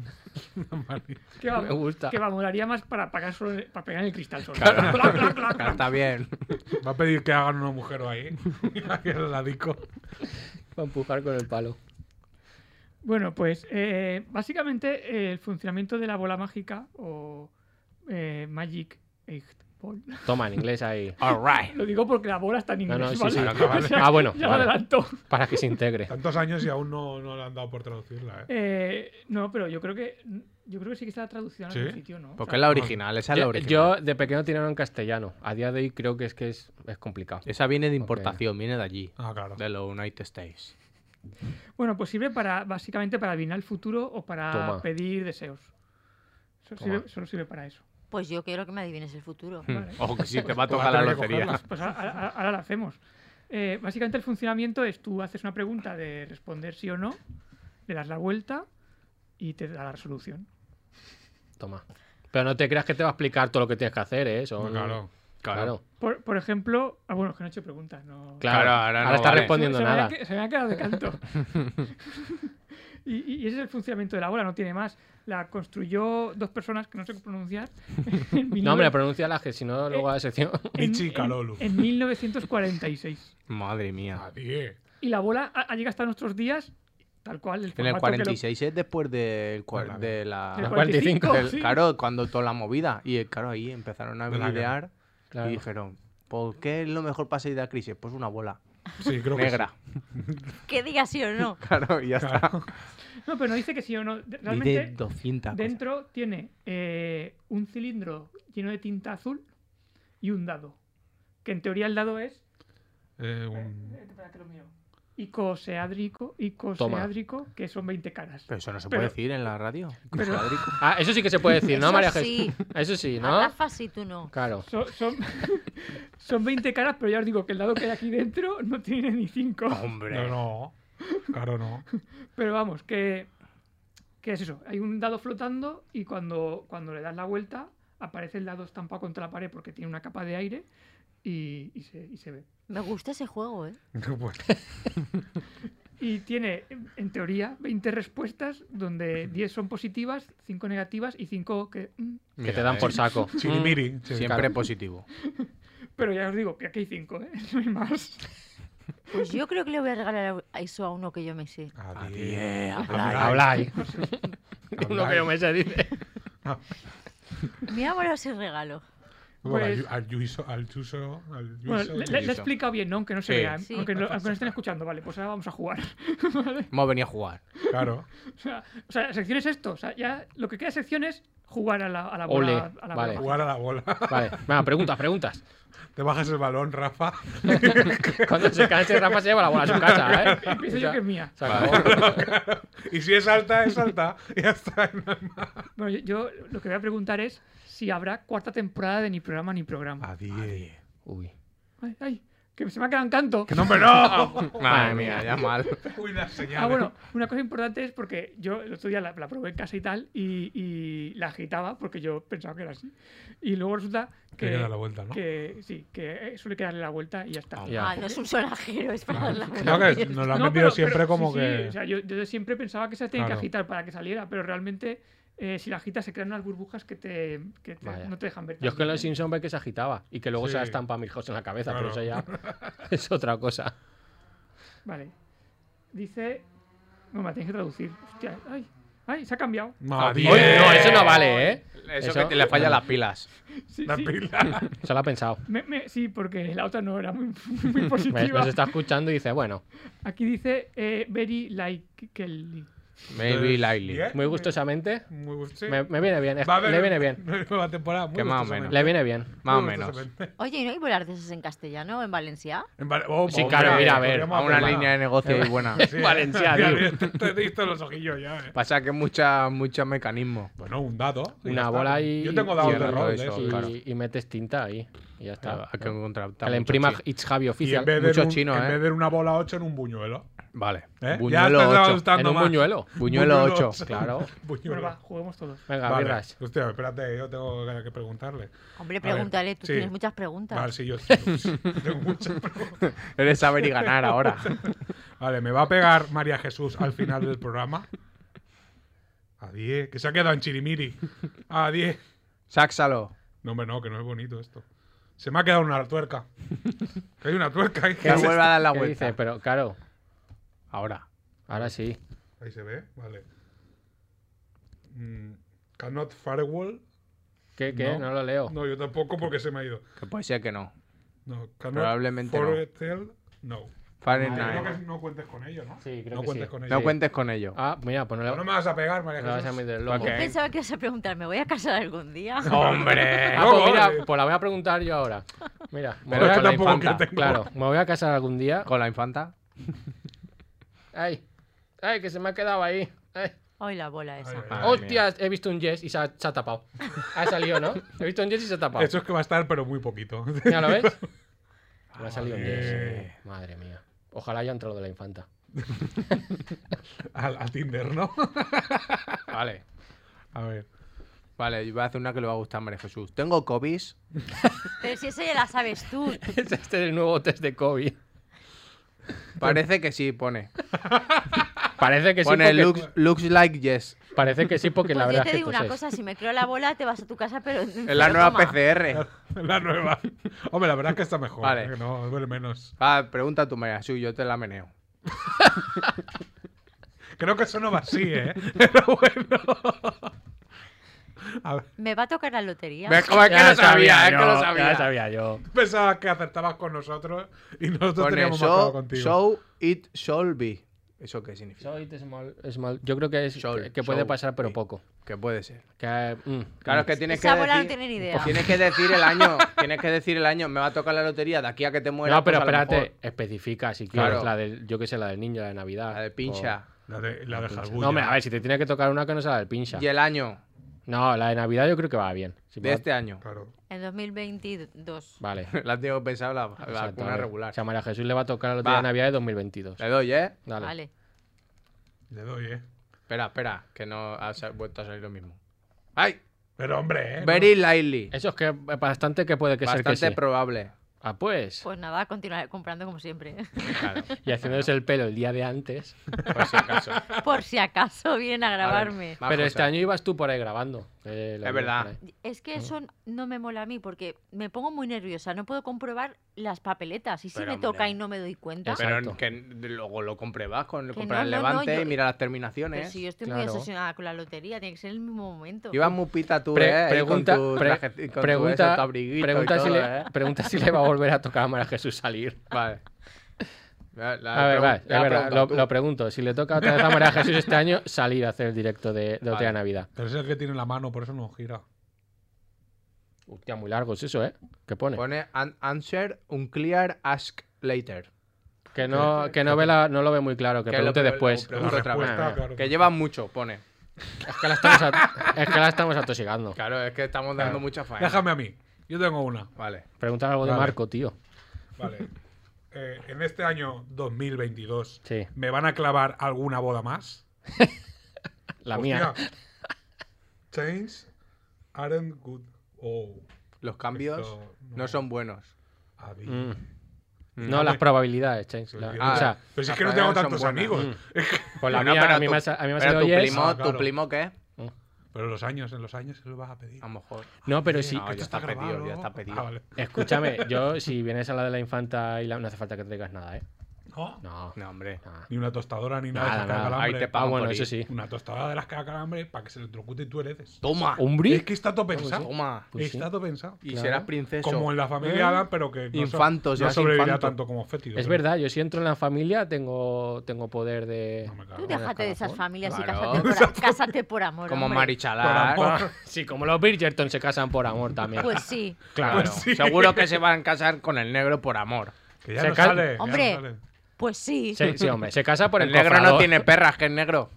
Speaker 4: *laughs* Que va,
Speaker 2: Me gusta.
Speaker 4: Que va, molaría más para pagar solo en- para pegar en el cristal solo. *laughs*
Speaker 3: *laughs*
Speaker 6: Claro.
Speaker 4: Clac, clac, clac, clac.
Speaker 6: Está bien.
Speaker 3: Va a pedir que hagan un agujero ahí. *laughs* Aquí en el ladico.
Speaker 2: Para empujar con el palo.
Speaker 4: Bueno, pues eh, básicamente eh, el funcionamiento de la bola mágica o eh, Magic Eight Ball.
Speaker 2: Toma, en inglés ahí.
Speaker 6: All
Speaker 4: *laughs*
Speaker 6: right.
Speaker 4: Lo digo porque la bola está en
Speaker 2: No,
Speaker 4: inglés.
Speaker 2: no, sí,
Speaker 4: ¿vale? *laughs*
Speaker 2: sí.
Speaker 4: O sea,
Speaker 2: Ah, bueno.
Speaker 4: Ya lo
Speaker 2: vale.
Speaker 4: adelanto.
Speaker 2: Para que se integre.
Speaker 3: Tantos años y aún no, no le han dado por traducirla, ¿eh?
Speaker 4: Eh, no, pero yo creo que yo creo que sí que está traducida en
Speaker 3: Sí.
Speaker 4: algún sitio, ¿no?
Speaker 6: Porque es la original, esa es la
Speaker 2: Yo,
Speaker 6: original.
Speaker 2: yo de pequeño tiraron en castellano. A día de hoy creo que es que es, es complicado.
Speaker 6: Esa viene de importación, viene de allí.
Speaker 3: Ah, claro.
Speaker 6: De los United States.
Speaker 4: Pues Bueno, pues sirve para básicamente para adivinar el futuro o para
Speaker 2: Toma.
Speaker 4: pedir deseos. Solo
Speaker 2: Toma.
Speaker 4: sirve, solo sirve para eso.
Speaker 5: Pues yo quiero que me adivines el futuro.
Speaker 4: Vale.
Speaker 6: Ojo, que si te va a
Speaker 3: Pues
Speaker 6: tocar
Speaker 3: va a tener
Speaker 6: la
Speaker 3: que
Speaker 6: lotería.
Speaker 3: cogerla.
Speaker 4: Pues ahora, ahora- ahora lo hacemos. Eh, básicamente el funcionamiento es tú haces una pregunta de responder sí o no, le das la vuelta y te da la resolución.
Speaker 2: Toma. Pero no te creas que te va a explicar todo lo que tienes que hacer, ¿eh? Son-
Speaker 3: Claro.
Speaker 2: Claro.
Speaker 4: Por, por ejemplo, ah, bueno, es que no he hecho preguntas, no.
Speaker 2: Claro,
Speaker 6: Claro, ahora
Speaker 2: ahora,
Speaker 6: no
Speaker 2: está
Speaker 6: vale.
Speaker 2: respondiendo
Speaker 4: se, se me
Speaker 2: nada.
Speaker 4: ha que- *laughs* se me ha quedado de
Speaker 6: *laughs*
Speaker 4: canto. y, y- y ese es el funcionamiento de la bola, no tiene más. La construyó dos personas que no sé cómo pronunciar. *laughs* en
Speaker 2: *laughs* No,
Speaker 4: 19
Speaker 2: hombre, pronuncia la que si no, luego a la sección.
Speaker 4: Eh, en-
Speaker 3: Michi Calolu.
Speaker 4: En, en 1946.
Speaker 6: Madre mía.
Speaker 3: Nadie.
Speaker 4: Y la bola ha, ha llegado hasta nuestros días, tal cual. El
Speaker 6: En el
Speaker 4: formato que lo-
Speaker 6: 46 es después del cua-
Speaker 3: Vale.
Speaker 6: de
Speaker 4: del
Speaker 6: la.
Speaker 2: Del 45,
Speaker 6: del-
Speaker 4: sí.
Speaker 6: Claro, cuando toda la movida. Y eh, claro, ahí empezaron a
Speaker 3: De la guerra.
Speaker 6: idear
Speaker 2: Claro.
Speaker 6: y dijeron: ¿Por qué es lo mejor para salir de la crisis? Pues una bola
Speaker 3: Sí, creo que
Speaker 6: negra.
Speaker 5: Que diga sí o no.
Speaker 6: *laughs* Claro, y ya está.
Speaker 4: *laughs* No, pero no dice que sí o no. De-
Speaker 6: Dice
Speaker 4: Realmente,
Speaker 6: 200. cosas.
Speaker 4: dentro tiene eh, un cilindro lleno de tinta azul y un dado. Que en teoría el dado es
Speaker 3: sí. *laughs* Eh, un-
Speaker 4: icoseádrico, icoseádrico, que son 20 caras.
Speaker 6: Pero eso no se
Speaker 4: Pero-
Speaker 6: puede decir en la radio.
Speaker 4: pero-
Speaker 6: Adrico.
Speaker 2: *laughs* Ah, eso sí que se puede decir, ¿no,
Speaker 5: Eso
Speaker 2: María
Speaker 5: sí.
Speaker 2: Jesús? *laughs* Eso sí,
Speaker 5: A
Speaker 2: ¿no?
Speaker 5: Rafa sí, tú no.
Speaker 2: Claro.
Speaker 4: Son, son, *laughs* son 20 caras, pero ya os digo que el dado que hay aquí dentro no tiene ni 5.
Speaker 6: Hombre.
Speaker 3: No, no. Claro, no.
Speaker 4: Pero vamos, que, que es eso. Hay un dado flotando y cuando, cuando le das la vuelta aparece el dado estampado contra la pared porque tiene una capa de aire y, y se, y se ve.
Speaker 5: Me gusta ese juego, ¿eh?
Speaker 3: No, pues,
Speaker 4: Y tiene, en- en teoría, 20 respuestas donde 10 son positivas, 5 negativas y 5 que... mm.
Speaker 2: Que te
Speaker 6: Mira,
Speaker 2: dan por
Speaker 6: eh, *laughs*
Speaker 2: saco. Mm.
Speaker 3: Chirimiri. sí.
Speaker 6: Siempre
Speaker 2: claro.
Speaker 6: positivo.
Speaker 4: Pero ya os digo que aquí hay 5, ¿eh? *laughs* No hay más.
Speaker 5: Pues yo creo que le voy a regalar a- eso a uno que yo me sé.
Speaker 3: Nadie. *laughs*
Speaker 2: Habla ahí. *laughs* Uno que yo me sé, dice.
Speaker 5: Me voy a volar ese regalo.
Speaker 3: Bueno,
Speaker 4: Pues-
Speaker 3: al, al Yuiso, al Yuso, al
Speaker 4: Bueno,
Speaker 3: Yuiso.
Speaker 4: le, le- le he
Speaker 6: eso.
Speaker 4: explicado bien, ¿no? Aunque no se
Speaker 6: Sí.
Speaker 4: vea, ¿eh?
Speaker 5: Sí.
Speaker 4: aunque, lo- aunque no estén escuchando. Vale, pues ahora vamos a jugar. *laughs* ¿Vale?
Speaker 6: Hemos venido a jugar.
Speaker 3: Claro.
Speaker 4: O sea, o sea, la sección es esto. O sea, ya lo que queda de sección es jugar a la, a la bola.
Speaker 2: Ole,
Speaker 4: a la
Speaker 2: vale.
Speaker 4: bola.
Speaker 3: Jugar a la bola.
Speaker 2: Vale, venga, preguntas, preguntas.
Speaker 3: *laughs* Te bajas el balón, Rafa.
Speaker 2: *laughs* Cuando se canse, Rafa se lleva la bola a su casa, ¿eh?
Speaker 4: Empiezo yo que es mía.
Speaker 2: Se acabó.
Speaker 3: *laughs* Y si es alta, es alta. *laughs* Y ya está.
Speaker 4: Bueno, yo, yo lo que voy a preguntar es si habrá cuarta temporada de ni programa ni programa.
Speaker 3: Nadie.
Speaker 2: Uy.
Speaker 4: Ay, ay, que se me ha quedado en canto.
Speaker 3: ¡Que no, hombre,
Speaker 4: *laughs*
Speaker 3: no!
Speaker 2: *laughs*
Speaker 6: Madre mía,
Speaker 3: *laughs*
Speaker 6: ya mal.
Speaker 3: Uy, las señales.
Speaker 4: Ah, bueno, una cosa importante es porque yo el otro día la, la probé en casa y tal y, y la agitaba porque yo pensaba que era así. Y luego resulta
Speaker 3: Que
Speaker 4: que,
Speaker 3: da la vuelta, ¿no?
Speaker 4: que sí, que eh, suele quedarle la vuelta y ya está.
Speaker 2: Ya.
Speaker 5: Ah, no es un sonajero, es para dar la
Speaker 3: No,
Speaker 5: bola.
Speaker 3: que nos lo han
Speaker 4: No,
Speaker 3: vendido
Speaker 4: pero-
Speaker 3: siempre
Speaker 4: pero-
Speaker 3: como
Speaker 4: sí, sí,
Speaker 3: que.
Speaker 4: o sea, yo, yo siempre pensaba que se tenía
Speaker 3: Claro.
Speaker 4: que agitar para que saliera, pero realmente eh, si la agitas se crean unas burbujas que, te, que te-
Speaker 2: Vaya.
Speaker 4: no te dejan ver. tan
Speaker 2: Yo es que en
Speaker 4: bien,
Speaker 2: los
Speaker 4: ¿eh?
Speaker 2: Simpsons ve que se agitaba y que luego se
Speaker 3: Sí.
Speaker 2: la estampa a Milhouse en la cabeza,
Speaker 3: Claro.
Speaker 2: pero eso ya *laughs* es otra cosa.
Speaker 4: Vale. Dice. No, me la tienes que traducir. Hostia, ay, ay, se ha cambiado.
Speaker 3: Nadie.
Speaker 2: Oye, no, eso no vale, ¿eh?
Speaker 6: Eso,
Speaker 2: Eso-
Speaker 6: que te le falla las pilas.
Speaker 4: Sí,
Speaker 3: La
Speaker 4: sí.
Speaker 2: *laughs*
Speaker 3: pila.
Speaker 2: Se lo ha pensado.
Speaker 4: Me- me- sí, porque la otra no era muy, *laughs* muy
Speaker 2: ¿Ves?
Speaker 4: positiva.
Speaker 2: Nos está escuchando y dice, bueno,
Speaker 4: Aquí dice eh, very like Kelly.
Speaker 6: Maybe Lightly.
Speaker 3: Bien,
Speaker 2: muy gustosamente.
Speaker 3: Muy gust- sí.
Speaker 2: Me, me viene bien, es-
Speaker 3: Va a haber
Speaker 2: le viene bien.
Speaker 3: Nueva temporada. muy
Speaker 6: Que más o
Speaker 3: gustosamente.
Speaker 6: menos.
Speaker 2: Le viene bien.
Speaker 6: Más o
Speaker 3: Muy
Speaker 6: menos.
Speaker 3: gustosamente.
Speaker 5: Oye, ¿y no hay volar de esas en castellano en Valencia?
Speaker 3: En Vale- oh,
Speaker 2: Sí,
Speaker 3: hombre,
Speaker 2: claro, mira, a ver,
Speaker 3: podríamos
Speaker 6: A una
Speaker 3: hacer más.
Speaker 6: línea de negocio ahí buena.
Speaker 3: Sí,
Speaker 2: *laughs*
Speaker 3: *laughs*
Speaker 2: Valencia,
Speaker 3: mira,
Speaker 2: tío.
Speaker 3: mira, te- Te he visto los ojillos ya, eh.
Speaker 6: Pasa que mucha, mucha mecanismo.
Speaker 3: Bueno, un dado. y
Speaker 2: Una
Speaker 3: ya está.
Speaker 2: bola y-
Speaker 3: Yo tengo dados
Speaker 6: y el
Speaker 3: de
Speaker 6: rato
Speaker 3: rol, ¿eh?
Speaker 6: eso,
Speaker 3: de esos,
Speaker 2: Y,
Speaker 3: claro.
Speaker 2: y metes tinta ahí. Y ya está.
Speaker 6: Hay que
Speaker 2: ¿no?
Speaker 6: encontrar.
Speaker 2: Que le imprima
Speaker 6: mucho chi-
Speaker 2: It's Javi
Speaker 3: Y en
Speaker 2: oficial.
Speaker 3: vez de
Speaker 6: mucho
Speaker 3: un-
Speaker 6: chino,
Speaker 3: en
Speaker 6: ¿eh?
Speaker 3: vez de una bola 8 en un buñuelo.
Speaker 6: Vale.
Speaker 3: ¿eh? ya
Speaker 6: Buñuelo
Speaker 3: te está
Speaker 6: 8.
Speaker 3: gustando
Speaker 2: En un
Speaker 3: más. *laughs*
Speaker 2: buñuelo.
Speaker 6: Buñuelo 8.
Speaker 3: ocho.
Speaker 2: claro.
Speaker 4: Bueno,
Speaker 3: *laughs* Buñuelo.
Speaker 4: va, juguemos todos.
Speaker 2: Venga,
Speaker 3: Vale.
Speaker 2: birras.
Speaker 3: Hostia, espérate, yo tengo que- que preguntarle.
Speaker 5: Hombre,
Speaker 3: A ver,
Speaker 5: pregúntale, tú
Speaker 3: sí.
Speaker 5: tienes muchas preguntas.
Speaker 3: Vale, sí, yo
Speaker 5: *laughs*
Speaker 3: tengo muchas preguntas.
Speaker 6: *laughs* Eres saber y ganar ahora.
Speaker 3: *laughs* Vale, me va a pegar María Jesús al final del programa. A 10, que se ha quedado en Chirimiri. A 10.
Speaker 6: Sáxalo.
Speaker 3: No, hombre, no, que no es bonito esto. Se me ha quedado una
Speaker 6: *laughs*
Speaker 3: tuerca. Que hay una tuerca ahí.
Speaker 6: Que
Speaker 3: Ahí se-
Speaker 6: vuelva a
Speaker 3: *laughs*
Speaker 6: dar la
Speaker 2: ¿Qué dice?
Speaker 6: vuelta.
Speaker 2: Pero claro,
Speaker 6: Ahora.
Speaker 2: ahora sí.
Speaker 3: Ahí se ve, vale. Mm, cannot firewall.
Speaker 2: ¿Qué? ¿Qué?
Speaker 3: No.
Speaker 2: No, lo leo.
Speaker 3: No, yo tampoco porque se me ha ido.
Speaker 6: Que puede ser que no.
Speaker 3: No, cannot
Speaker 6: Probablemente no.
Speaker 3: foretell, no.
Speaker 6: Fahrenheit.
Speaker 3: Creo que no cuentes con ello, ¿no?
Speaker 2: Sí, creo
Speaker 3: no
Speaker 2: que
Speaker 3: cuentes
Speaker 2: sí.
Speaker 3: con ello.
Speaker 6: No cuentes con ello.
Speaker 2: Ah, mira, pues no le
Speaker 3: No me vas a pegar, María
Speaker 2: no le vas a
Speaker 3: Jesús.
Speaker 2: meter el lomo.
Speaker 5: Yo
Speaker 3: *laughs*
Speaker 6: Ok.
Speaker 5: pensaba que ibas a preguntar, ¿me voy a casar algún día?
Speaker 6: ¡Hombre!
Speaker 2: Ah, pues
Speaker 3: No,
Speaker 2: mira,
Speaker 3: hombre.
Speaker 2: pues la voy a preguntar yo ahora. Mira, me
Speaker 6: Pero
Speaker 2: voy a-
Speaker 6: es
Speaker 3: que
Speaker 6: con la
Speaker 3: tampoco que
Speaker 6: infanta.
Speaker 3: tengo-
Speaker 2: claro, me voy a casar algún día.
Speaker 6: ¿Con la infanta?
Speaker 2: Ay, ay, que se me ha quedado ahí. Ay.
Speaker 5: Hoy la bola esa.
Speaker 3: Ay, ay, ay.
Speaker 6: Madre
Speaker 2: Hostias, he visto un yes y se ha, se ha tapado. Ha salido, ¿no? He visto un yes y se ha tapado.
Speaker 3: Eso es que va a estar, pero muy poquito.
Speaker 2: Mira,
Speaker 3: *laughs*
Speaker 2: ¿lo ves? Me ha salido un
Speaker 3: Vale.
Speaker 2: yes. Madre mía. Ojalá haya entrado de la infanta.
Speaker 3: al, al Tinder, ¿no?
Speaker 6: *laughs* Vale.
Speaker 3: A ver.
Speaker 6: Vale, yo voy a hacer una que le va a gustar a María Jesús. Tengo COVID.
Speaker 5: Pero si eso ya la sabes tú. Pues
Speaker 2: Es este el nuevo test de COVID.
Speaker 6: Parece que sí, pone.
Speaker 2: Parece que sí.
Speaker 6: Pone
Speaker 2: porque-
Speaker 6: looks, looks like yes.
Speaker 2: Parece que sí, porque
Speaker 5: Pues
Speaker 2: la
Speaker 5: yo
Speaker 2: verdad
Speaker 5: te
Speaker 2: es que
Speaker 5: digo una
Speaker 2: toses.
Speaker 5: cosa, si me creo la bola, te vas a tu casa, pero...
Speaker 6: Es la nueva ¿eh?
Speaker 3: *laughs*
Speaker 6: PCR.
Speaker 3: La nueva. Hombre, la verdad es que está mejor.
Speaker 6: Vale.
Speaker 3: ¿eh? No, duele menos.
Speaker 6: Ah, pregunta tú, María Jesús, yo te la meneo.
Speaker 3: *laughs* Creo que eso no va así,
Speaker 6: *laughs*
Speaker 3: ¿eh? Pero bueno. A ver,
Speaker 5: Me va a tocar la lotería.
Speaker 6: ¿Ves cómo es que
Speaker 2: Ya
Speaker 6: lo sabía? Es que
Speaker 2: yo,
Speaker 6: lo sabía.
Speaker 2: Ya sabía yo.
Speaker 3: pensabas que acertabas con nosotros *laughs* y nosotros
Speaker 6: Pone
Speaker 3: teníamos marcado
Speaker 6: show,
Speaker 3: contigo.
Speaker 6: show it shall be. ¿Eso qué significa?
Speaker 2: Soy de small, small- Yo creo que es
Speaker 6: Sol,
Speaker 2: que puede
Speaker 6: sol,
Speaker 2: pasar, pero
Speaker 6: sí.
Speaker 2: poco.
Speaker 6: Que puede ser.
Speaker 2: Que, mm, mm.
Speaker 6: Claro, es que tienes que
Speaker 5: Esa bola no
Speaker 6: decir...
Speaker 5: tiene ni idea.
Speaker 6: Tienes que decir el año. Tienes que decir el año. Me va a tocar la lotería de aquí a que te mueras.
Speaker 2: No, pero
Speaker 6: pues, a lo
Speaker 2: espérate,
Speaker 6: mejor.
Speaker 2: especifica si quieres
Speaker 6: Claro.
Speaker 2: la del, yo que sé, la del niño, la de Navidad.
Speaker 6: La de pincha.
Speaker 3: La de, la de
Speaker 2: o-
Speaker 3: Halbulla.
Speaker 2: No, hombre, a ver, si te tiene que tocar una que no sea la del pincha.
Speaker 6: Y el año
Speaker 2: No, la de Navidad yo creo que va bien. Si
Speaker 6: de
Speaker 2: va-
Speaker 6: este año.
Speaker 3: Claro.
Speaker 5: En 2022.
Speaker 2: Vale.
Speaker 6: *laughs* La tengo pensado la, la
Speaker 2: Exacto, a
Speaker 6: vacuna
Speaker 2: ver.
Speaker 6: regular.
Speaker 2: O sea, María Jesús le va a tocar la lotería
Speaker 6: Va.
Speaker 2: de Navidad de 2022.
Speaker 6: Le doy, ¿eh?
Speaker 2: Dale.
Speaker 5: Vale.
Speaker 3: Le doy, ¿eh?
Speaker 6: Espera, espera, que no ha sa- vuelto a salir lo mismo. ¡Ay!
Speaker 3: Pero, hombre, ¿eh?
Speaker 6: Very likely.
Speaker 2: Eso es que bastante que puede que sea que
Speaker 6: Bastante
Speaker 2: sí.
Speaker 6: probable.
Speaker 2: Ah, pues.
Speaker 5: Pues nada, continuaré comprando como siempre.
Speaker 6: Claro,
Speaker 2: Y haciéndose el pelo el día de
Speaker 6: *laughs*
Speaker 2: antes.
Speaker 6: por si acaso. A
Speaker 5: *laughs*
Speaker 6: ver,
Speaker 5: Por si acaso vienen a grabarme.
Speaker 6: más
Speaker 2: Pero
Speaker 6: cosas.
Speaker 2: este año ibas tú por ahí grabando. eh, lo vi
Speaker 6: Es
Speaker 2: por
Speaker 6: verdad.
Speaker 2: ahí.
Speaker 5: Es
Speaker 6: ¿Mm?
Speaker 5: que eso no me mola a mí porque me pongo muy nerviosa. No puedo comprobar las papeletas. Y si
Speaker 6: Pero,
Speaker 5: me toca
Speaker 6: hombre.
Speaker 5: y no me doy cuenta.
Speaker 2: Exacto.
Speaker 6: Pero que luego lo compruebas con
Speaker 5: Que
Speaker 6: comprar
Speaker 5: no,
Speaker 6: el
Speaker 5: no, no,
Speaker 6: levante
Speaker 5: yo-
Speaker 6: y mira las
Speaker 5: Pero
Speaker 6: terminaciones.
Speaker 5: si yo estoy muy
Speaker 2: Claro.
Speaker 5: obsesionada con la lotería, tiene que ser en el mismo momento.
Speaker 6: Ibas muy pita tú,
Speaker 2: Pre-
Speaker 6: ¿eh? Ahí
Speaker 2: pregunta,
Speaker 6: con tu
Speaker 2: pre-
Speaker 6: traje- con tu eso,
Speaker 2: pregunta,
Speaker 6: tu abriguito y
Speaker 2: pregunta si
Speaker 6: todo,
Speaker 2: le,
Speaker 6: ¿eh?
Speaker 2: pregunta si le va a volver a tocar a María Jesús salir.
Speaker 6: *laughs* Vale. *laughs* La- la
Speaker 2: A ver,
Speaker 6: pregun-
Speaker 2: va, es
Speaker 6: la
Speaker 2: verdad,
Speaker 6: pregunta
Speaker 2: lo,
Speaker 6: tú.
Speaker 2: lo pregunto. Si le toca otra vez a María Jesús
Speaker 6: *laughs*
Speaker 2: este año, salir a hacer el directo de, de Lotería
Speaker 6: Vale.
Speaker 2: de Navidad.
Speaker 3: Pero es el que tiene la mano, por eso no gira.
Speaker 2: Hostia, muy largo es eso, ¿eh? ¿Qué pone?
Speaker 6: Pone an- answer unclear ask later.
Speaker 2: que no, que no, ve la- no lo ve muy claro, que
Speaker 6: Que
Speaker 2: pregunte
Speaker 6: lo- lo-
Speaker 2: después.
Speaker 6: lo pregunto
Speaker 2: Uf,
Speaker 6: otra vez.
Speaker 2: madre mía.
Speaker 3: claro.
Speaker 6: Que lleva mucho, pone.
Speaker 2: Es que la estamos, a- es que la estamos atosigando.
Speaker 6: Claro, es que estamos dando mucha faena.
Speaker 3: Déjame a mí. Yo tengo una.
Speaker 6: Vale.
Speaker 2: Pregunta algo de
Speaker 3: Vale.
Speaker 2: Marco, tío.
Speaker 3: Vale. Eh, en este año 2022,
Speaker 2: Sí.
Speaker 3: ¿me van a clavar alguna boda más?
Speaker 2: *laughs* La mía.
Speaker 3: Hostia. Chains aren't good. Oh.
Speaker 6: Los cambios
Speaker 3: Esto
Speaker 6: no.
Speaker 3: no.
Speaker 6: son buenos.
Speaker 3: a mí.
Speaker 2: Mm.
Speaker 6: Mm.
Speaker 2: No, las probabilidades, Chains. la-
Speaker 3: Ah,
Speaker 2: o sea,
Speaker 3: pero si es
Speaker 6: las
Speaker 3: que no tengo
Speaker 6: palabras son
Speaker 3: tantos
Speaker 6: buenas.
Speaker 3: amigos. *laughs* Es que-
Speaker 2: pues la
Speaker 6: Bueno,
Speaker 2: mía,
Speaker 6: pero
Speaker 2: a mí
Speaker 6: tu-
Speaker 2: me ha sa- a mí me ha
Speaker 6: pero
Speaker 2: salido
Speaker 6: tu
Speaker 2: yes.
Speaker 6: primo,
Speaker 3: Ah, claro.
Speaker 6: ¿Tu primo qué?
Speaker 3: Pero los años, en los años se lo vas a pedir.
Speaker 6: A lo mejor.
Speaker 2: No, pero sí.
Speaker 6: no, Ah, ya está pedido, ya está pedido.
Speaker 3: Ah, vale. *laughs*
Speaker 2: Escúchame, yo si vienes a la de la infanta y la- no hace falta que traigas nada, ¿eh?
Speaker 3: No,
Speaker 2: No, no.
Speaker 6: No, hombre.
Speaker 3: ni una tostadora ni nada, de
Speaker 2: Nada,
Speaker 3: esas que da
Speaker 2: nada.
Speaker 3: calambre.
Speaker 6: Ahí te
Speaker 2: Ah,
Speaker 6: Pagan
Speaker 2: bueno,
Speaker 6: por
Speaker 2: eso
Speaker 6: ir.
Speaker 2: sí.
Speaker 3: Una tostadora de las que da calambre para que se electrocute y tú heredes.
Speaker 6: Toma.
Speaker 2: ¿Hombre?
Speaker 3: Es que está todo pensado.
Speaker 6: Toma.
Speaker 2: Pues sí.
Speaker 3: está todo pensado.
Speaker 6: Y
Speaker 2: Claro. ¿Eh?
Speaker 6: serás princeso.
Speaker 3: Como en la familia Adam, pero que no, so-
Speaker 6: Infanto,
Speaker 3: no
Speaker 6: serás
Speaker 3: sobrevivirá
Speaker 6: infanto.
Speaker 3: tanto como Fétido.
Speaker 2: Es verdad, yo si entro en la familia tengo, tengo poder de...
Speaker 3: No me cago.
Speaker 5: Tú déjate de esas
Speaker 2: escalafón.
Speaker 5: familias
Speaker 6: Claro.
Speaker 5: y cásate por, a- cásate por amor.
Speaker 6: Como
Speaker 5: hombre.
Speaker 6: Marichalar.
Speaker 3: Por amor.
Speaker 2: *laughs* Sí, como los Bridgerton se casan por amor también.
Speaker 5: Pues sí.
Speaker 6: Claro.
Speaker 3: Pues sí.
Speaker 6: Seguro *laughs* que se van a casar con el negro por amor.
Speaker 3: Que ya
Speaker 2: Se
Speaker 3: no
Speaker 2: cal-
Speaker 3: sale. ya no
Speaker 5: Hombre.
Speaker 3: sale.
Speaker 5: Pues sí.
Speaker 2: Sí,
Speaker 3: *laughs*
Speaker 2: sí, hombre, se casa por
Speaker 6: el
Speaker 2: el,
Speaker 6: negro no
Speaker 2: cofrador.
Speaker 6: tiene perras, que es *laughs* negro.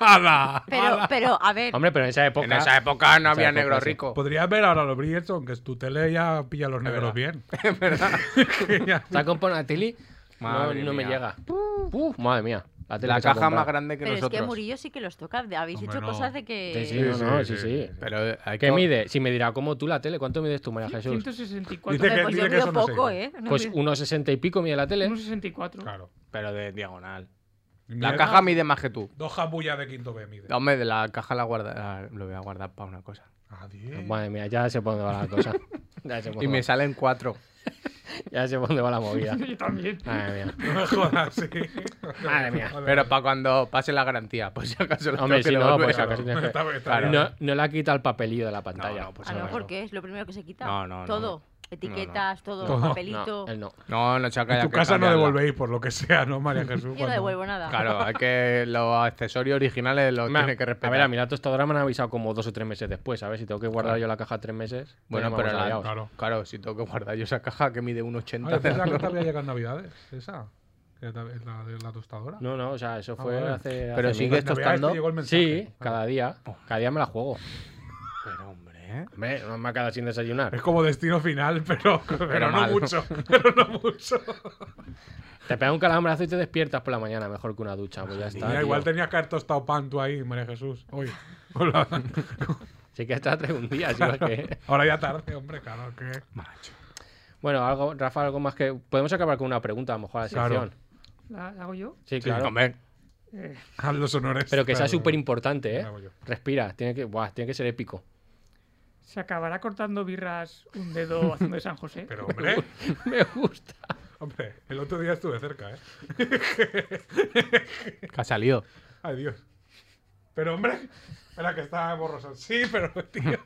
Speaker 3: ¡Hala!
Speaker 5: Pero, pero, a ver,
Speaker 2: Hombre, pero en esa época...
Speaker 6: En esa época
Speaker 2: esa
Speaker 6: no había
Speaker 2: época
Speaker 6: negro
Speaker 2: sí.
Speaker 6: rico.
Speaker 3: Podrías ver ahora a los Bridgerton, que tu tele ya pilla a los negros
Speaker 6: verdad.
Speaker 3: bien.
Speaker 6: Es verdad.
Speaker 3: Que ya-
Speaker 2: Está con Ponatelli, no,
Speaker 6: Madre
Speaker 2: no me
Speaker 6: mía.
Speaker 2: llega. Uf, madre mía. La, tele
Speaker 6: La
Speaker 2: que se ha
Speaker 6: caja más
Speaker 2: comprado.
Speaker 6: grande
Speaker 5: *laughs*
Speaker 6: que
Speaker 5: pero es
Speaker 6: nosotros.
Speaker 5: que Murillo sí que los toca. Habéis
Speaker 3: Hombre,
Speaker 5: dicho
Speaker 3: no.
Speaker 5: cosas de que.
Speaker 2: Sí, sí,
Speaker 3: Sí,
Speaker 2: no,
Speaker 3: sí,
Speaker 2: no,
Speaker 3: sí,
Speaker 2: sí,
Speaker 3: sí,
Speaker 2: sí.
Speaker 3: sí.
Speaker 6: Pero eh, hay
Speaker 2: ¿Qué
Speaker 6: que-
Speaker 2: mide? Si me dirá, ¿cómo tú la tele? ¿Cuánto mides tú, María Jesús?
Speaker 4: 164.
Speaker 3: Dice
Speaker 5: Joder, pues
Speaker 3: dice
Speaker 5: yo
Speaker 3: que
Speaker 5: mido
Speaker 3: eso no se
Speaker 5: poco,
Speaker 3: dice.
Speaker 5: ¿eh? No
Speaker 2: Pues
Speaker 5: mido-
Speaker 2: unos sesenta y pico mide la tele.
Speaker 4: 164.
Speaker 3: Claro.
Speaker 6: Pero de diagonal.
Speaker 3: Mira,
Speaker 6: La caja mide más que tú.
Speaker 3: Dos jabullas de quinto B, mide.
Speaker 6: Hombre, de la caja la guarda, la- lo voy a guardar para una cosa.
Speaker 3: Adiós.
Speaker 2: Pues Madre mía, ya sé por dónde va la
Speaker 6: *laughs*
Speaker 2: cosa. Ya sé por,
Speaker 6: Y me
Speaker 2: dónde, va-
Speaker 6: salen cuatro.
Speaker 2: *laughs* ya sé por dónde va
Speaker 5: *laughs*
Speaker 2: la movida.
Speaker 4: Yo también.
Speaker 2: Madre mía.
Speaker 3: *laughs* No
Speaker 6: *laughs*
Speaker 3: me jodas, sí.
Speaker 2: Madre mía.
Speaker 3: Joder.
Speaker 6: Pero para cuando pase la garantía, pues si acaso la
Speaker 2: Hombre,
Speaker 6: tengo
Speaker 2: si
Speaker 6: que
Speaker 2: no,
Speaker 6: devolver.
Speaker 2: pues acaso tienes que-
Speaker 3: Está- está
Speaker 6: Claro.
Speaker 3: bien.
Speaker 2: No, no le ha quitado el papelillo de la pantalla.
Speaker 6: no, pues
Speaker 5: a lo
Speaker 6: no,
Speaker 5: mejor
Speaker 6: no.
Speaker 5: que es lo primero que se quita.
Speaker 6: No, no, no.
Speaker 5: Todo.
Speaker 6: No,
Speaker 5: Etiquetas, todo,
Speaker 3: Todo.
Speaker 5: papelito.
Speaker 2: No, él no.
Speaker 6: No, no, chaca,
Speaker 3: En
Speaker 6: ya
Speaker 3: tu
Speaker 6: que
Speaker 3: casa no
Speaker 6: cambiarla.
Speaker 3: devolvéis por lo que sea, ¿no,
Speaker 2: *laughs*
Speaker 3: María Jesús?
Speaker 5: Yo no
Speaker 3: Cuando-
Speaker 5: devuelvo nada. *laughs*
Speaker 6: Claro, hay que los accesorios
Speaker 3: eh,
Speaker 6: originales los
Speaker 2: Me-
Speaker 6: tiene que
Speaker 2: A
Speaker 6: respetar.
Speaker 2: ver, a mí la tostadora me han avisado como dos o tres meses después, a ver Si tengo que guardar
Speaker 6: Claro.
Speaker 2: yo la caja tres meses.
Speaker 6: Bueno,
Speaker 2: ya me
Speaker 6: pero
Speaker 2: vamos
Speaker 6: la-
Speaker 2: liados.
Speaker 3: Claro.
Speaker 6: Claro, si tengo que guardar yo esa caja que mide un
Speaker 3: Ah,
Speaker 6: 80.
Speaker 3: ¿es la que te había llegado en Navidades? ¿Esa? ¿Que te- es ¿La de la tostadora?
Speaker 2: No, no, o sea, eso fue
Speaker 3: Ah, vale.
Speaker 2: hace.
Speaker 6: Pero
Speaker 2: hace
Speaker 6: sí
Speaker 2: mil-
Speaker 6: que-
Speaker 3: En Navidades
Speaker 6: tostando?
Speaker 3: te llegó el mensaje.
Speaker 2: Sí, cada día.
Speaker 3: Oh.
Speaker 2: Cada día me la juego.
Speaker 6: Pero, hombre, ¿eh?
Speaker 2: Hombre, no me ha quedado sin desayunar.
Speaker 3: Es como destino final, *laughs* pero, pero, no
Speaker 6: mal.
Speaker 3: mucho. *laughs* Pero no mucho.
Speaker 2: *laughs* Te pega un calambrazo y te despiertas por la mañana, mejor que una ducha. Pues ya está.
Speaker 3: Mira,
Speaker 2: tío.
Speaker 3: igual tenías que haber tostado pan tú ahí, María Jesús. Oye. Hola.
Speaker 2: *laughs*
Speaker 3: *laughs*
Speaker 2: Sí que está tres un día, así que.
Speaker 3: Ahora ya tarde, hombre, claro que.
Speaker 6: Macho.
Speaker 2: Bueno, algo, Rafa, algo más que. Podemos acabar con una pregunta, a lo mejor a la
Speaker 3: Claro.
Speaker 2: sección.
Speaker 4: ¿La, la hago yo?
Speaker 2: Sí, claro.
Speaker 6: Hombre,
Speaker 4: Eh,
Speaker 3: Haz los honores.
Speaker 2: Pero que sea
Speaker 3: Claro.
Speaker 2: súper importante, ¿eh?
Speaker 3: Hago yo.
Speaker 2: Respira, tiene que, buah, tiene que ser épico.
Speaker 4: ¿Se acabará cortando birras un dedo haciendo de San José?
Speaker 3: Pero, hombre,
Speaker 2: Me gusta.
Speaker 3: hombre, el otro día estuve cerca, ¿eh?
Speaker 6: que ha salido.
Speaker 3: Ay, Dios. Pero, hombre, era que estaba borroso. Sí, pero, tío.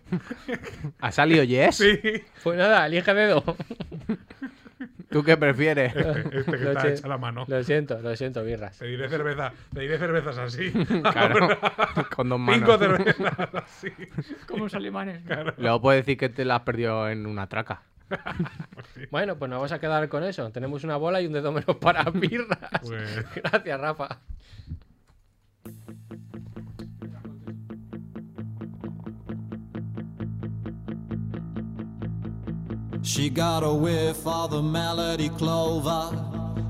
Speaker 6: ¿Ha salido Yes?
Speaker 3: Sí.
Speaker 2: Pues nada, elige dedo.
Speaker 6: *laughs* ¿Tú qué prefieres?
Speaker 3: Este, este que
Speaker 2: Lo
Speaker 3: está
Speaker 2: sé.
Speaker 3: hecha la mano.
Speaker 2: Lo siento, lo siento, birras.
Speaker 3: Te diré cerveza, te diré cervezas así.
Speaker 2: *laughs*
Speaker 3: *laughs*
Speaker 6: Claro, con dos manos.
Speaker 3: Cinco cervezas así.
Speaker 4: *laughs* Como los alemanes. ¿no?
Speaker 6: Luego puedes decir que te la has perdido en una traca.
Speaker 2: Bueno, pues nos vamos a quedar con eso. Tenemos una bola y un dedo menos
Speaker 3: *laughs*
Speaker 2: para birras.
Speaker 3: Pues-
Speaker 2: Gracias, Rafa.
Speaker 7: She got a whiff of the melody clover,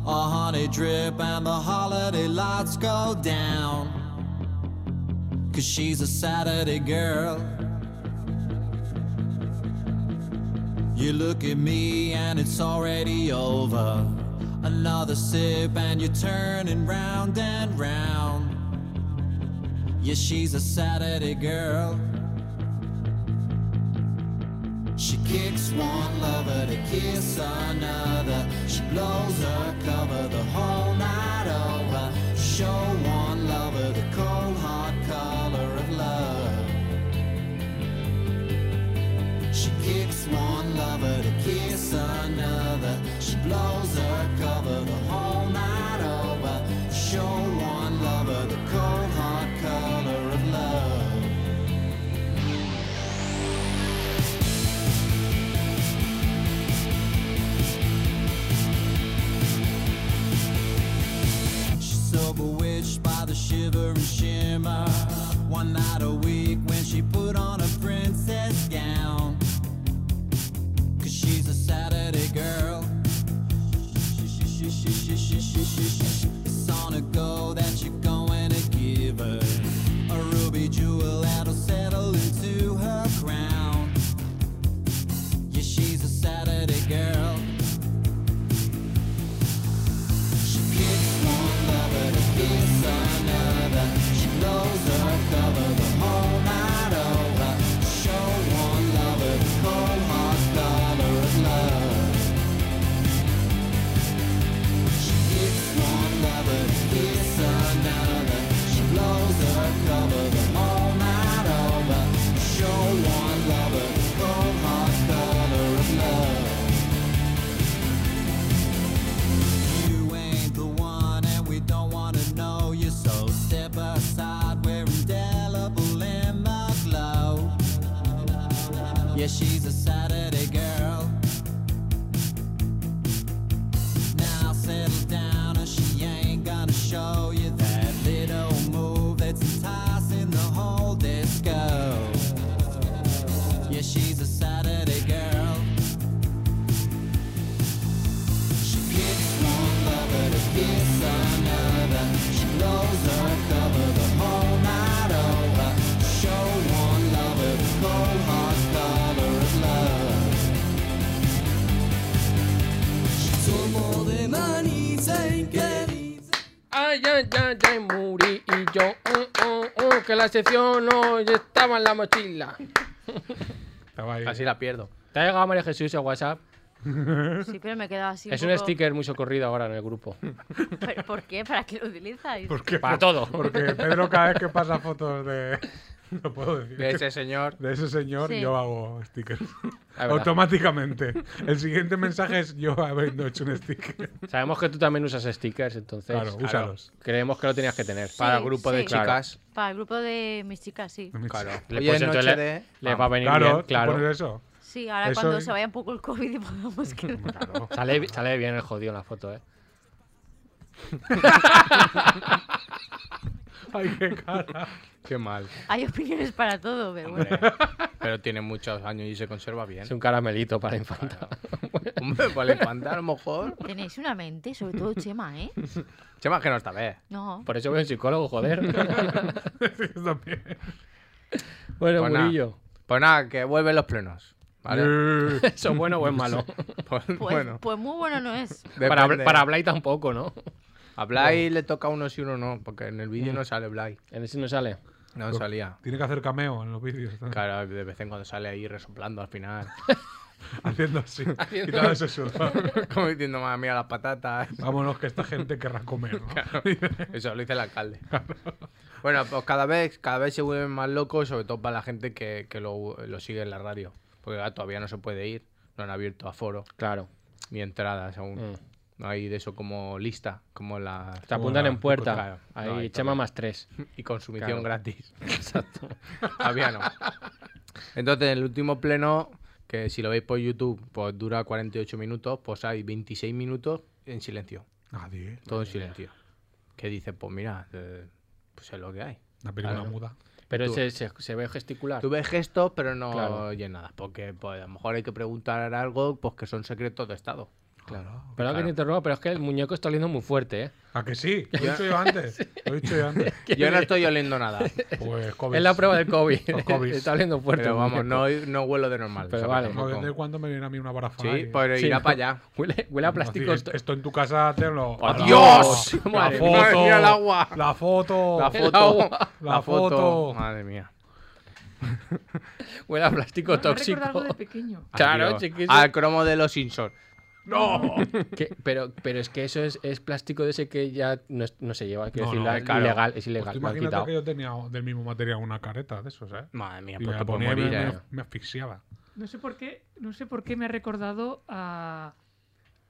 Speaker 7: a honey drip, and the holiday lights go down. Cause she's a Saturday girl. You look at me and it's already over. Another sip and you're turning round and round. Yeah, she's a Saturday girl. She kicks one lover to kiss another. She blows her cover the whole night over. Show one lover the cold hard color of love. She kicks one lover to kiss another. She blows her cover the whole night over. Show one lover the cold hard color of love. She's so bewitched Yeah, she's a Saturday girl. Now settle down or she ain't gonna show you that little move that's enticing the whole disco. Yeah, she's a Saturday girl. She kicks one lover to kiss another. She blows her cover the whole night over. Show one lover the cold hard color of love. She took more than money, take it easy.
Speaker 2: Ay, ay, ay, ay, Muri y yo. mm, mm, mm, que la sección no estaba en la mochila.
Speaker 3: Estaba ahí.
Speaker 6: Así la pierdo.
Speaker 2: ¿Te ha llegado María Jesús a WhatsApp?
Speaker 5: Sí, pero me he quedado así.
Speaker 2: es
Speaker 5: un
Speaker 2: un
Speaker 5: poco-
Speaker 2: sticker muy socorrido ahora en el grupo.
Speaker 5: ¿Pero ¿Por qué? ¿Para qué lo utilizáis?
Speaker 3: Porque,
Speaker 2: Para todo.
Speaker 3: porque Pedro cada vez que pasa fotos de... *laughs* No puedo decir.
Speaker 6: De ese señor.
Speaker 3: de ese señor
Speaker 5: Sí.
Speaker 3: yo hago stickers.
Speaker 2: verdad.
Speaker 3: Automáticamente. El siguiente mensaje es yo habiendo hecho un sticker.
Speaker 2: Sabemos que tú también usas stickers, entonces.
Speaker 3: Claro, úsalos.
Speaker 2: Creemos que lo tenías que tener.
Speaker 5: Para el
Speaker 6: Grupo de
Speaker 5: Sí.
Speaker 6: chicas.
Speaker 5: Para el grupo de mis chicas, sí.
Speaker 6: Claro.
Speaker 2: Le-
Speaker 6: Hoy
Speaker 2: pues
Speaker 6: es
Speaker 2: entonces
Speaker 6: noche
Speaker 2: le-
Speaker 6: de. Ah.
Speaker 2: Les va a venir
Speaker 3: Claro,
Speaker 2: bien,
Speaker 3: tú
Speaker 2: claro.
Speaker 3: pones eso.
Speaker 5: Sí, ahora
Speaker 3: Eso
Speaker 5: cuando
Speaker 3: es-
Speaker 5: se vaya un poco el COVID y podamos quedar.
Speaker 3: Claro.
Speaker 2: Sale, sale bien el jodido en la foto, ¿eh?
Speaker 3: Ay, qué cara.
Speaker 6: Qué mal.
Speaker 5: Hay opiniones para todo, pero bueno.
Speaker 6: Hombre, pero tiene muchos años y se conserva bien.
Speaker 2: Es un caramelito para infanta.
Speaker 6: *laughs* Hombre, pues le encanta a lo mejor.
Speaker 5: Tenéis una mente, sobre todo Chema, ¿eh?
Speaker 6: *laughs* Chema, que no esta vez.
Speaker 5: No.
Speaker 2: Por eso voy a un psicólogo,
Speaker 6: *laughs*
Speaker 2: joder.
Speaker 3: Sí, yo también.
Speaker 2: bueno,
Speaker 6: Pues nada.
Speaker 2: Murillo.
Speaker 6: Pues nada, que vuelven los plenos. ¿Vale?
Speaker 3: Eh,
Speaker 6: *laughs*
Speaker 2: ¿Eso es bueno o es malo?
Speaker 6: Pues,
Speaker 5: Pues,
Speaker 6: bueno.
Speaker 5: pues muy bueno no es.
Speaker 2: para,
Speaker 6: depende.
Speaker 2: para Blay tampoco, ¿no?
Speaker 6: A Blay le toca uno sí uno no, porque en el
Speaker 2: Mm.
Speaker 6: vídeo no sale Blay.
Speaker 2: En ese no sale. Pues
Speaker 6: No salía.
Speaker 3: Tiene que hacer cameo en los vídeos. ¿no?
Speaker 6: Claro, de vez en cuando sale ahí resoplando al final.
Speaker 3: *laughs* Haciendo
Speaker 6: *laughs*
Speaker 3: así. Quitando ese sudor.
Speaker 6: Como diciendo, madre mía, las patatas.
Speaker 3: Vámonos, que esta gente querrá comer. ¿no? *laughs*
Speaker 6: Eso lo dice el alcalde. Bueno, pues cada vez, cada vez se vuelven más locos, sobre todo para la gente que, que lo, lo sigue en la radio. Porque claro, todavía no se puede ir, no han abierto aforo
Speaker 2: Claro.
Speaker 6: ni entradas aún.
Speaker 2: Mm.
Speaker 6: No hay de eso como lista, como la...
Speaker 2: Te apuntan en puerta.
Speaker 6: claro.
Speaker 2: Ahí,
Speaker 6: No, ahí
Speaker 2: Chema
Speaker 6: también.
Speaker 2: más tres.
Speaker 6: *laughs* Y consumición
Speaker 2: Claro.
Speaker 6: gratis. *laughs*
Speaker 2: Exacto.
Speaker 6: Todavía no. Entonces, el último pleno, que si lo veis por YouTube, pues dura 48 minutos, pues hay 26 minutos en silencio.
Speaker 3: Nadie.
Speaker 6: Todo en silencio. Que dice, pues mira, eh, pues es lo que hay.
Speaker 3: Una película
Speaker 6: Claro.
Speaker 3: muda.
Speaker 2: Pero
Speaker 6: Tú-
Speaker 2: se, se, se ve gesticular.
Speaker 6: Tú ves gestos, pero no
Speaker 2: Claro.
Speaker 6: oyes nada. Porque pues, a lo mejor hay que preguntar algo pues que son secretos de Estado.
Speaker 2: Perdón que
Speaker 6: claro.
Speaker 2: te interrumpa, pero es que el muñeco está oliendo muy fuerte, ¿eh?
Speaker 3: ¿A que sí? Lo he dicho yo
Speaker 2: *laughs*
Speaker 3: antes. Lo he dicho yo antes.
Speaker 6: *laughs* Yo no estoy oliendo nada.
Speaker 3: Pues, COVID.
Speaker 2: Es la prueba del COVID.
Speaker 3: Los COVID.
Speaker 2: está oliendo fuerte.
Speaker 6: pero
Speaker 2: el
Speaker 6: vamos,
Speaker 2: muñeco.
Speaker 6: no, no huelo de normal.
Speaker 2: Pero
Speaker 6: ¿sabes?
Speaker 2: vale.
Speaker 6: Tampoco.
Speaker 3: Joder, ¿de cuándo me viene a mí una barafa?
Speaker 6: Sí, pero
Speaker 2: Sí,
Speaker 6: irá
Speaker 2: no.
Speaker 6: para allá.
Speaker 2: Huele, huele a plástico.
Speaker 3: esto, esto en tu casa te lo.
Speaker 2: ¡Oh,
Speaker 6: Dios! *laughs*
Speaker 2: Dios!
Speaker 3: La
Speaker 2: *laughs* Madre
Speaker 3: foto.
Speaker 6: mía, mira el agua.
Speaker 3: La foto.
Speaker 6: La
Speaker 2: El
Speaker 6: foto.
Speaker 2: *laughs* agua.
Speaker 3: La foto.
Speaker 6: Madre mía. *laughs*
Speaker 2: Huele a plástico
Speaker 4: Me recuerda algo
Speaker 2: tóxico.
Speaker 4: de pequeño.
Speaker 2: Claro,
Speaker 6: Adiós.
Speaker 2: chiquillo.
Speaker 6: Al cromo de los Simpsons.
Speaker 3: *laughs*
Speaker 2: *laughs*
Speaker 3: ¡No!
Speaker 2: Que- pero, pero es que eso es, es plástico de ese que ya no, es- no se lleva. Quiero
Speaker 3: No,
Speaker 2: decir,
Speaker 3: no,
Speaker 2: la-
Speaker 3: es claro.
Speaker 2: ilegal, es
Speaker 3: Pues tú
Speaker 2: ilegal. lo han
Speaker 3: imagínate
Speaker 2: quitado.
Speaker 3: que yo tenía del mismo material una careta de esos, ¿eh?
Speaker 6: Madre mía,
Speaker 3: Y
Speaker 6: pues
Speaker 3: me
Speaker 6: te puedes
Speaker 3: ponía y me,
Speaker 6: morir,
Speaker 3: me-
Speaker 6: ¿eh?
Speaker 3: me asfixiaba.
Speaker 4: No sé por qué, no sé por qué me ha recordado a,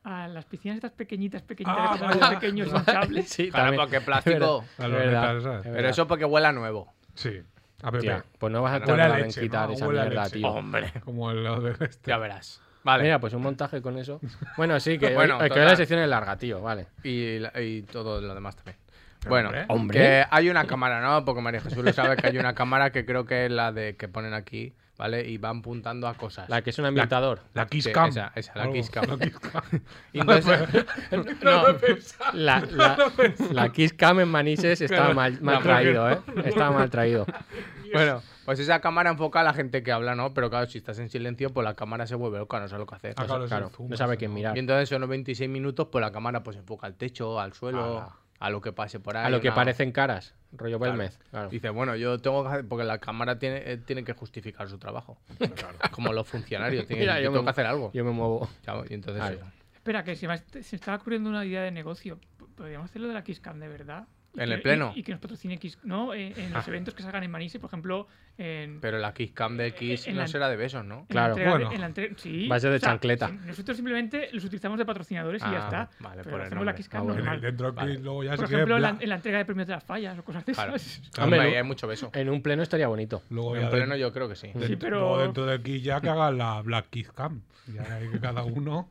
Speaker 4: a las piscinas estas pequeñitas, pequeñitas,
Speaker 3: Ah,
Speaker 4: que son
Speaker 3: vale.
Speaker 4: pequeños hinchables.
Speaker 2: Sí,
Speaker 6: Claro,
Speaker 2: también.
Speaker 6: porque
Speaker 2: Es
Speaker 6: plástico.
Speaker 3: La
Speaker 2: verdad,
Speaker 3: luneta
Speaker 2: es
Speaker 3: esa.
Speaker 2: verdad.
Speaker 6: Pero eso porque huela nuevo.
Speaker 3: Sí. A Pepe.
Speaker 2: Tío, pues no vas a
Speaker 3: Huele a
Speaker 2: tardar en
Speaker 3: leche,
Speaker 2: quitar
Speaker 3: ¿no?
Speaker 2: esa
Speaker 3: Huele a
Speaker 2: mierda,
Speaker 3: leche.
Speaker 2: tío.
Speaker 6: Hombre.
Speaker 3: Como el lo de este.
Speaker 6: Ya verás. Vale.
Speaker 2: Mira, pues un montaje con eso. Bueno, sí,
Speaker 6: *laughs*
Speaker 2: que,
Speaker 6: Bueno,
Speaker 2: hoy- eh, que hoy
Speaker 6: total.
Speaker 2: la sección es larga, tío, vale.
Speaker 6: Y, la- y todo lo demás también.
Speaker 3: Pero,
Speaker 6: Bueno,
Speaker 3: hombre.
Speaker 2: Hombre.
Speaker 6: que hay una cámara, ¿no? Porque María Jesús lo sabe que hay una cámara que creo que es la de que ponen aquí, ¿vale? Y van apuntando a cosas.
Speaker 2: La que es un ambientador.
Speaker 3: La Kiss
Speaker 6: Sí,
Speaker 3: Cam.
Speaker 6: esa- esa, la
Speaker 3: Algo.
Speaker 6: Kiss Cam.
Speaker 3: *laughs* La Kiss
Speaker 6: *laughs*
Speaker 3: Cam.
Speaker 6: Y entonces-
Speaker 2: *laughs* No, la, la, la Kiss Cam en Manises está mal, mal traído, ¿eh? Está mal traído.
Speaker 6: bueno, pues esa cámara enfoca a la gente que habla, ¿no? Pero claro, si estás en silencio, pues la cámara se vuelve loca, no sabe lo que hacer.
Speaker 3: Ah, claro,
Speaker 2: Claro,
Speaker 3: eso
Speaker 2: no
Speaker 3: zumba,
Speaker 2: sabe
Speaker 3: eso
Speaker 2: quién
Speaker 3: no.
Speaker 2: mirar.
Speaker 6: Y entonces son los 26 minutos, pues la cámara pues enfoca al techo, al suelo,
Speaker 2: Ala.
Speaker 6: a lo que pase por ahí.
Speaker 2: Ah. A lo que
Speaker 6: una-
Speaker 2: parecen caras, rollo Belmez. claro.
Speaker 6: Dice, bueno, yo tengo que hacer, porque la cámara tiene, eh, tiene que justificar su trabajo. *laughs* Como los funcionarios, tienen,
Speaker 2: Mira,
Speaker 6: yo
Speaker 2: yo me-
Speaker 6: tengo que hacer algo.
Speaker 2: Yo me muevo.
Speaker 6: Chao, Y entonces,
Speaker 2: Claro.
Speaker 6: eso.
Speaker 4: Espera, que se me, ha- se me estaba ocurriendo una idea de negocio. P- Podríamos hacer lo de la Kisscam de verdad. Y
Speaker 6: En
Speaker 4: que-
Speaker 6: el pleno.
Speaker 4: Y, y que nos patrocine Kiss, ¿no? En, en los
Speaker 6: Ah.
Speaker 4: eventos que salgan en Manise, por ejemplo, en.
Speaker 6: Pero la Kiss Cam del Kiss
Speaker 4: en
Speaker 6: no
Speaker 4: la-
Speaker 6: será de besos,
Speaker 4: en
Speaker 6: ¿no?
Speaker 4: la
Speaker 2: Claro.
Speaker 4: entrega de-
Speaker 3: Eh, Bueno.
Speaker 4: en la entre- sí,
Speaker 2: Va a ser de
Speaker 4: o sea,
Speaker 2: chancleta.
Speaker 4: sí, Nosotros simplemente los utilizamos de patrocinadores y ya
Speaker 6: Ah,
Speaker 4: está.
Speaker 6: vale,
Speaker 4: pero
Speaker 6: por el
Speaker 4: hacemos la
Speaker 6: nombre.
Speaker 4: Kiss
Speaker 2: Ah,
Speaker 4: Cam
Speaker 2: bueno.
Speaker 3: En
Speaker 4: normal.
Speaker 3: el dentro del
Speaker 6: Vale.
Speaker 3: clip luego
Speaker 4: Por
Speaker 3: ya si quieres,
Speaker 4: ejemplo, en la,
Speaker 3: bla-
Speaker 4: en la entrega de premios de las fallas o cosas de
Speaker 6: Claro.
Speaker 4: esas. *laughs*
Speaker 3: Claro,
Speaker 2: Hombre,
Speaker 6: Hombre,
Speaker 2: yo-
Speaker 6: hay mucho beso.
Speaker 2: En un pleno estaría bonito.
Speaker 3: luego
Speaker 6: En
Speaker 3: ya
Speaker 6: pleno
Speaker 3: de-
Speaker 6: yo creo que sí.
Speaker 3: de-
Speaker 4: Sí, pero-
Speaker 3: luego dentro del clip ya que haga la Black Kiss Cam. Ya hay que cada uno.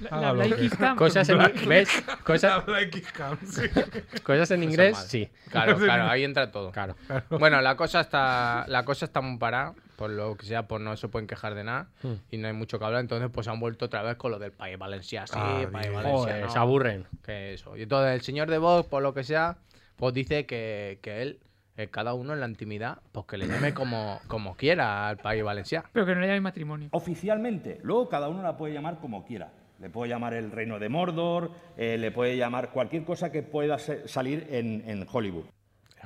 Speaker 4: La,
Speaker 3: Ah,
Speaker 4: la
Speaker 3: lo
Speaker 4: Black
Speaker 3: que-
Speaker 4: Kiss Cam.
Speaker 2: Cosas en, ¿ves?
Speaker 3: La
Speaker 2: Cosas,
Speaker 3: Black Kiss Cam, Pues, sí.
Speaker 4: *laughs*
Speaker 2: cosas en inglés, *laughs*
Speaker 6: mal.
Speaker 2: sí.
Speaker 6: Claro, claro, ahí entra todo.
Speaker 2: Claro.
Speaker 6: Bueno,
Speaker 3: *laughs*
Speaker 6: la cosa está la cosa está muy parada, por lo que sea, pues no se pueden quejar de nada
Speaker 2: Hmm.
Speaker 6: y no hay mucho que hablar, entonces pues han vuelto otra vez con lo del País Valencia, sí,
Speaker 3: Ah,
Speaker 6: País
Speaker 3: bien.
Speaker 6: Valencia,
Speaker 2: Joder,
Speaker 6: no,
Speaker 2: se aburren.
Speaker 6: que eso. Y entonces el señor de Vox, por lo que sea, pues dice que, que él, eh, cada uno en la intimidad, pues que le llame como, como quiera al País Valencia.
Speaker 4: Pero que no le llamen matrimonio.
Speaker 8: Oficialmente, luego cada uno la puede llamar como quiera. Le puede llamar el Reino de Mordor, eh, le puede llamar cualquier cosa que pueda ser- salir en, en Hollywood.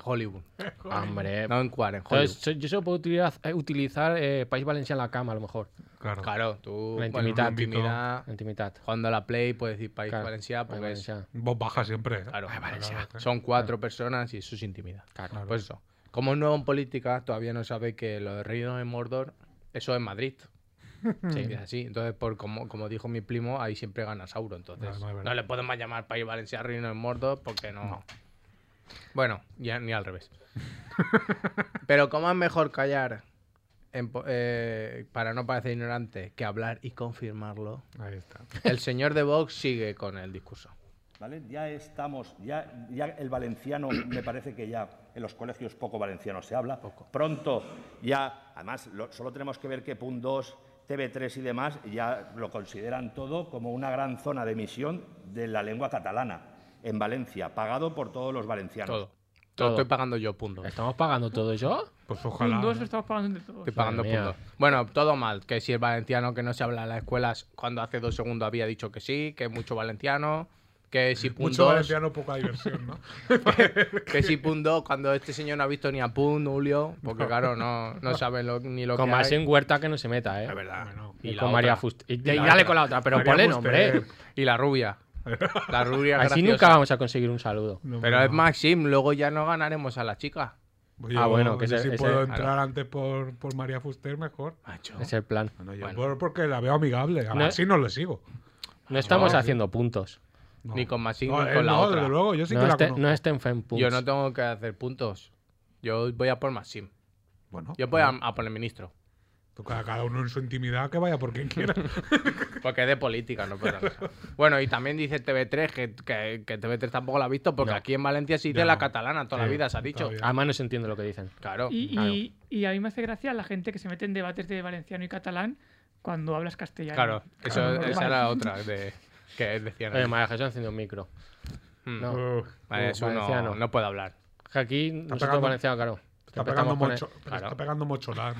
Speaker 6: Hollywood.
Speaker 2: Hombre.
Speaker 6: No en Cuar, en Hollywood.
Speaker 2: Entonces, so- yo solo puedo utilizar, eh, utilizar, eh, País Valencia en la cama, a lo mejor.
Speaker 3: Claro.
Speaker 6: Claro, tú
Speaker 2: La
Speaker 6: bueno,
Speaker 2: intimidad.
Speaker 6: intimidad,
Speaker 2: Intimidad.
Speaker 6: Cuando la play puedes decir País
Speaker 2: Claro,
Speaker 6: Valencia,
Speaker 2: País
Speaker 6: porque es-
Speaker 2: Valencia.
Speaker 3: Vos baja siempre. ¿eh?
Speaker 6: Claro,
Speaker 3: Valencia.
Speaker 6: son cuatro personas y eso es intimidad.
Speaker 3: Claro.
Speaker 6: Pues eso. Como es nuevo en política, todavía no sabe que lo de Reino de Mordor, eso
Speaker 3: *laughs*
Speaker 6: es Madrid. Sí. Es así. Entonces, por como, como dijo mi primo, ahí siempre gana Sauro. Entonces,
Speaker 3: Vale, vale, vale.
Speaker 6: no le podemos llamar País Valencia Reino de Mordor porque no. Bueno, ya, ni al revés. *laughs* Pero, ¿cómo es mejor callar en po- eh, para no parecer ignorante que hablar y confirmarlo?
Speaker 3: Ahí está.
Speaker 6: El señor de Vox sigue con el discurso.
Speaker 8: ¿vale? Ya estamos, ya, ya el valenciano, me parece que ya en los colegios poco valenciano se habla. Pronto, ya, además, lo- solo tenemos que ver que PUN2, TV3 y demás ya lo consideran todo como una gran zona de emisión de la lengua catalana en Valencia, pagado por todos los valencianos.
Speaker 6: Todo. Todo
Speaker 2: Todo.
Speaker 6: estoy pagando yo, punto.
Speaker 2: ¿Estamos pagando todo yo?
Speaker 3: Pues
Speaker 4: Un
Speaker 3: ojalá.
Speaker 4: dos lo estamos pagando entre todos.
Speaker 6: Estoy pagando
Speaker 2: mía.
Speaker 6: puntos. Bueno, todo mal. Que si el valenciano que no se habla en las escuelas cuando hace dos segundos había dicho que sí, que mucho valenciano, que
Speaker 3: *laughs*
Speaker 6: si
Speaker 3: Mucho
Speaker 6: puntos,
Speaker 3: valenciano, poca diversión,
Speaker 2: *laughs*
Speaker 3: ¿no?
Speaker 6: que si punto, cuando este señor no ha visto ni a Pun, Julio, porque claro, no, no sabe lo- ni lo
Speaker 2: Con
Speaker 6: que hay.
Speaker 2: Marcin Huerta que no se meta, ¿eh?
Speaker 6: Es verdad.
Speaker 3: Bueno,
Speaker 2: Y,
Speaker 6: la
Speaker 2: con
Speaker 6: otra.
Speaker 2: María Fuster. Y, y
Speaker 3: la
Speaker 2: dale
Speaker 3: otra.
Speaker 2: con la otra, pero
Speaker 3: María
Speaker 2: ponle
Speaker 3: Fuster.
Speaker 2: nombre.
Speaker 6: Y la rubia. La rubia
Speaker 2: Así
Speaker 6: graciosa.
Speaker 2: nunca vamos a conseguir un saludo.
Speaker 3: No,
Speaker 6: Pero
Speaker 3: no.
Speaker 6: es Maxim, luego ya no ganaremos a la chica.
Speaker 3: Pues
Speaker 2: Ah,
Speaker 3: yo,
Speaker 2: bueno, que
Speaker 3: yo
Speaker 2: ese-
Speaker 3: si
Speaker 2: ese-
Speaker 3: puedo
Speaker 2: claro.
Speaker 3: entrar antes por, por María Fuster, mejor.
Speaker 6: Macho.
Speaker 2: Es el plan.
Speaker 3: Bueno, yo
Speaker 6: Bueno.
Speaker 3: por- porque la veo amigable. A
Speaker 2: No-
Speaker 3: Maxi no le sigo.
Speaker 2: No estamos haciendo puntos.
Speaker 3: No.
Speaker 6: Ni con Maxim
Speaker 3: No,
Speaker 6: ni
Speaker 3: él
Speaker 6: con la
Speaker 3: no,
Speaker 6: otra.
Speaker 3: desde luego, yo sí
Speaker 2: No,
Speaker 3: que la
Speaker 2: este,
Speaker 3: conozco.
Speaker 2: no estén fan puntos.
Speaker 6: Yo no tengo que hacer puntos. Yo voy a por Maxim.
Speaker 3: Bueno,
Speaker 6: Yo voy a, a por el ministro.
Speaker 3: tú cada, cada uno en su intimidad que vaya por quien
Speaker 2: *laughs*
Speaker 3: quiera.
Speaker 6: Porque es de política, no puedo.
Speaker 3: *laughs*
Speaker 6: Bueno, y también dice TV3 que, que- que TV3 tampoco la ha visto, porque aquí en Valencia se dice
Speaker 3: Ya
Speaker 6: la
Speaker 3: no.
Speaker 6: catalana toda la
Speaker 3: Sí,
Speaker 6: vida, se ha dicho.
Speaker 3: todavía.
Speaker 2: Además no se entiende lo que dicen.
Speaker 6: Claro.
Speaker 4: Y, y-
Speaker 2: Claro.
Speaker 4: y a mí me hace gracia la gente que se mete en debates de valenciano y catalán cuando hablas castellano.
Speaker 6: Claro, eso,
Speaker 4: Normal.
Speaker 6: esa era otra de, que decían.
Speaker 2: Oye, María Jesús enciende un micro.
Speaker 6: Mm.
Speaker 2: No.
Speaker 3: Uh,
Speaker 6: Vale,
Speaker 2: uh,
Speaker 6: eso no-
Speaker 2: valenciano.
Speaker 6: no, puede hablar.
Speaker 2: Que Aquí nosotros
Speaker 3: pegando-
Speaker 2: valencianos, claro.
Speaker 3: está,
Speaker 2: empezamos
Speaker 3: pegando
Speaker 2: con el-
Speaker 3: mocho,
Speaker 6: claro.
Speaker 3: está pegando mocholar.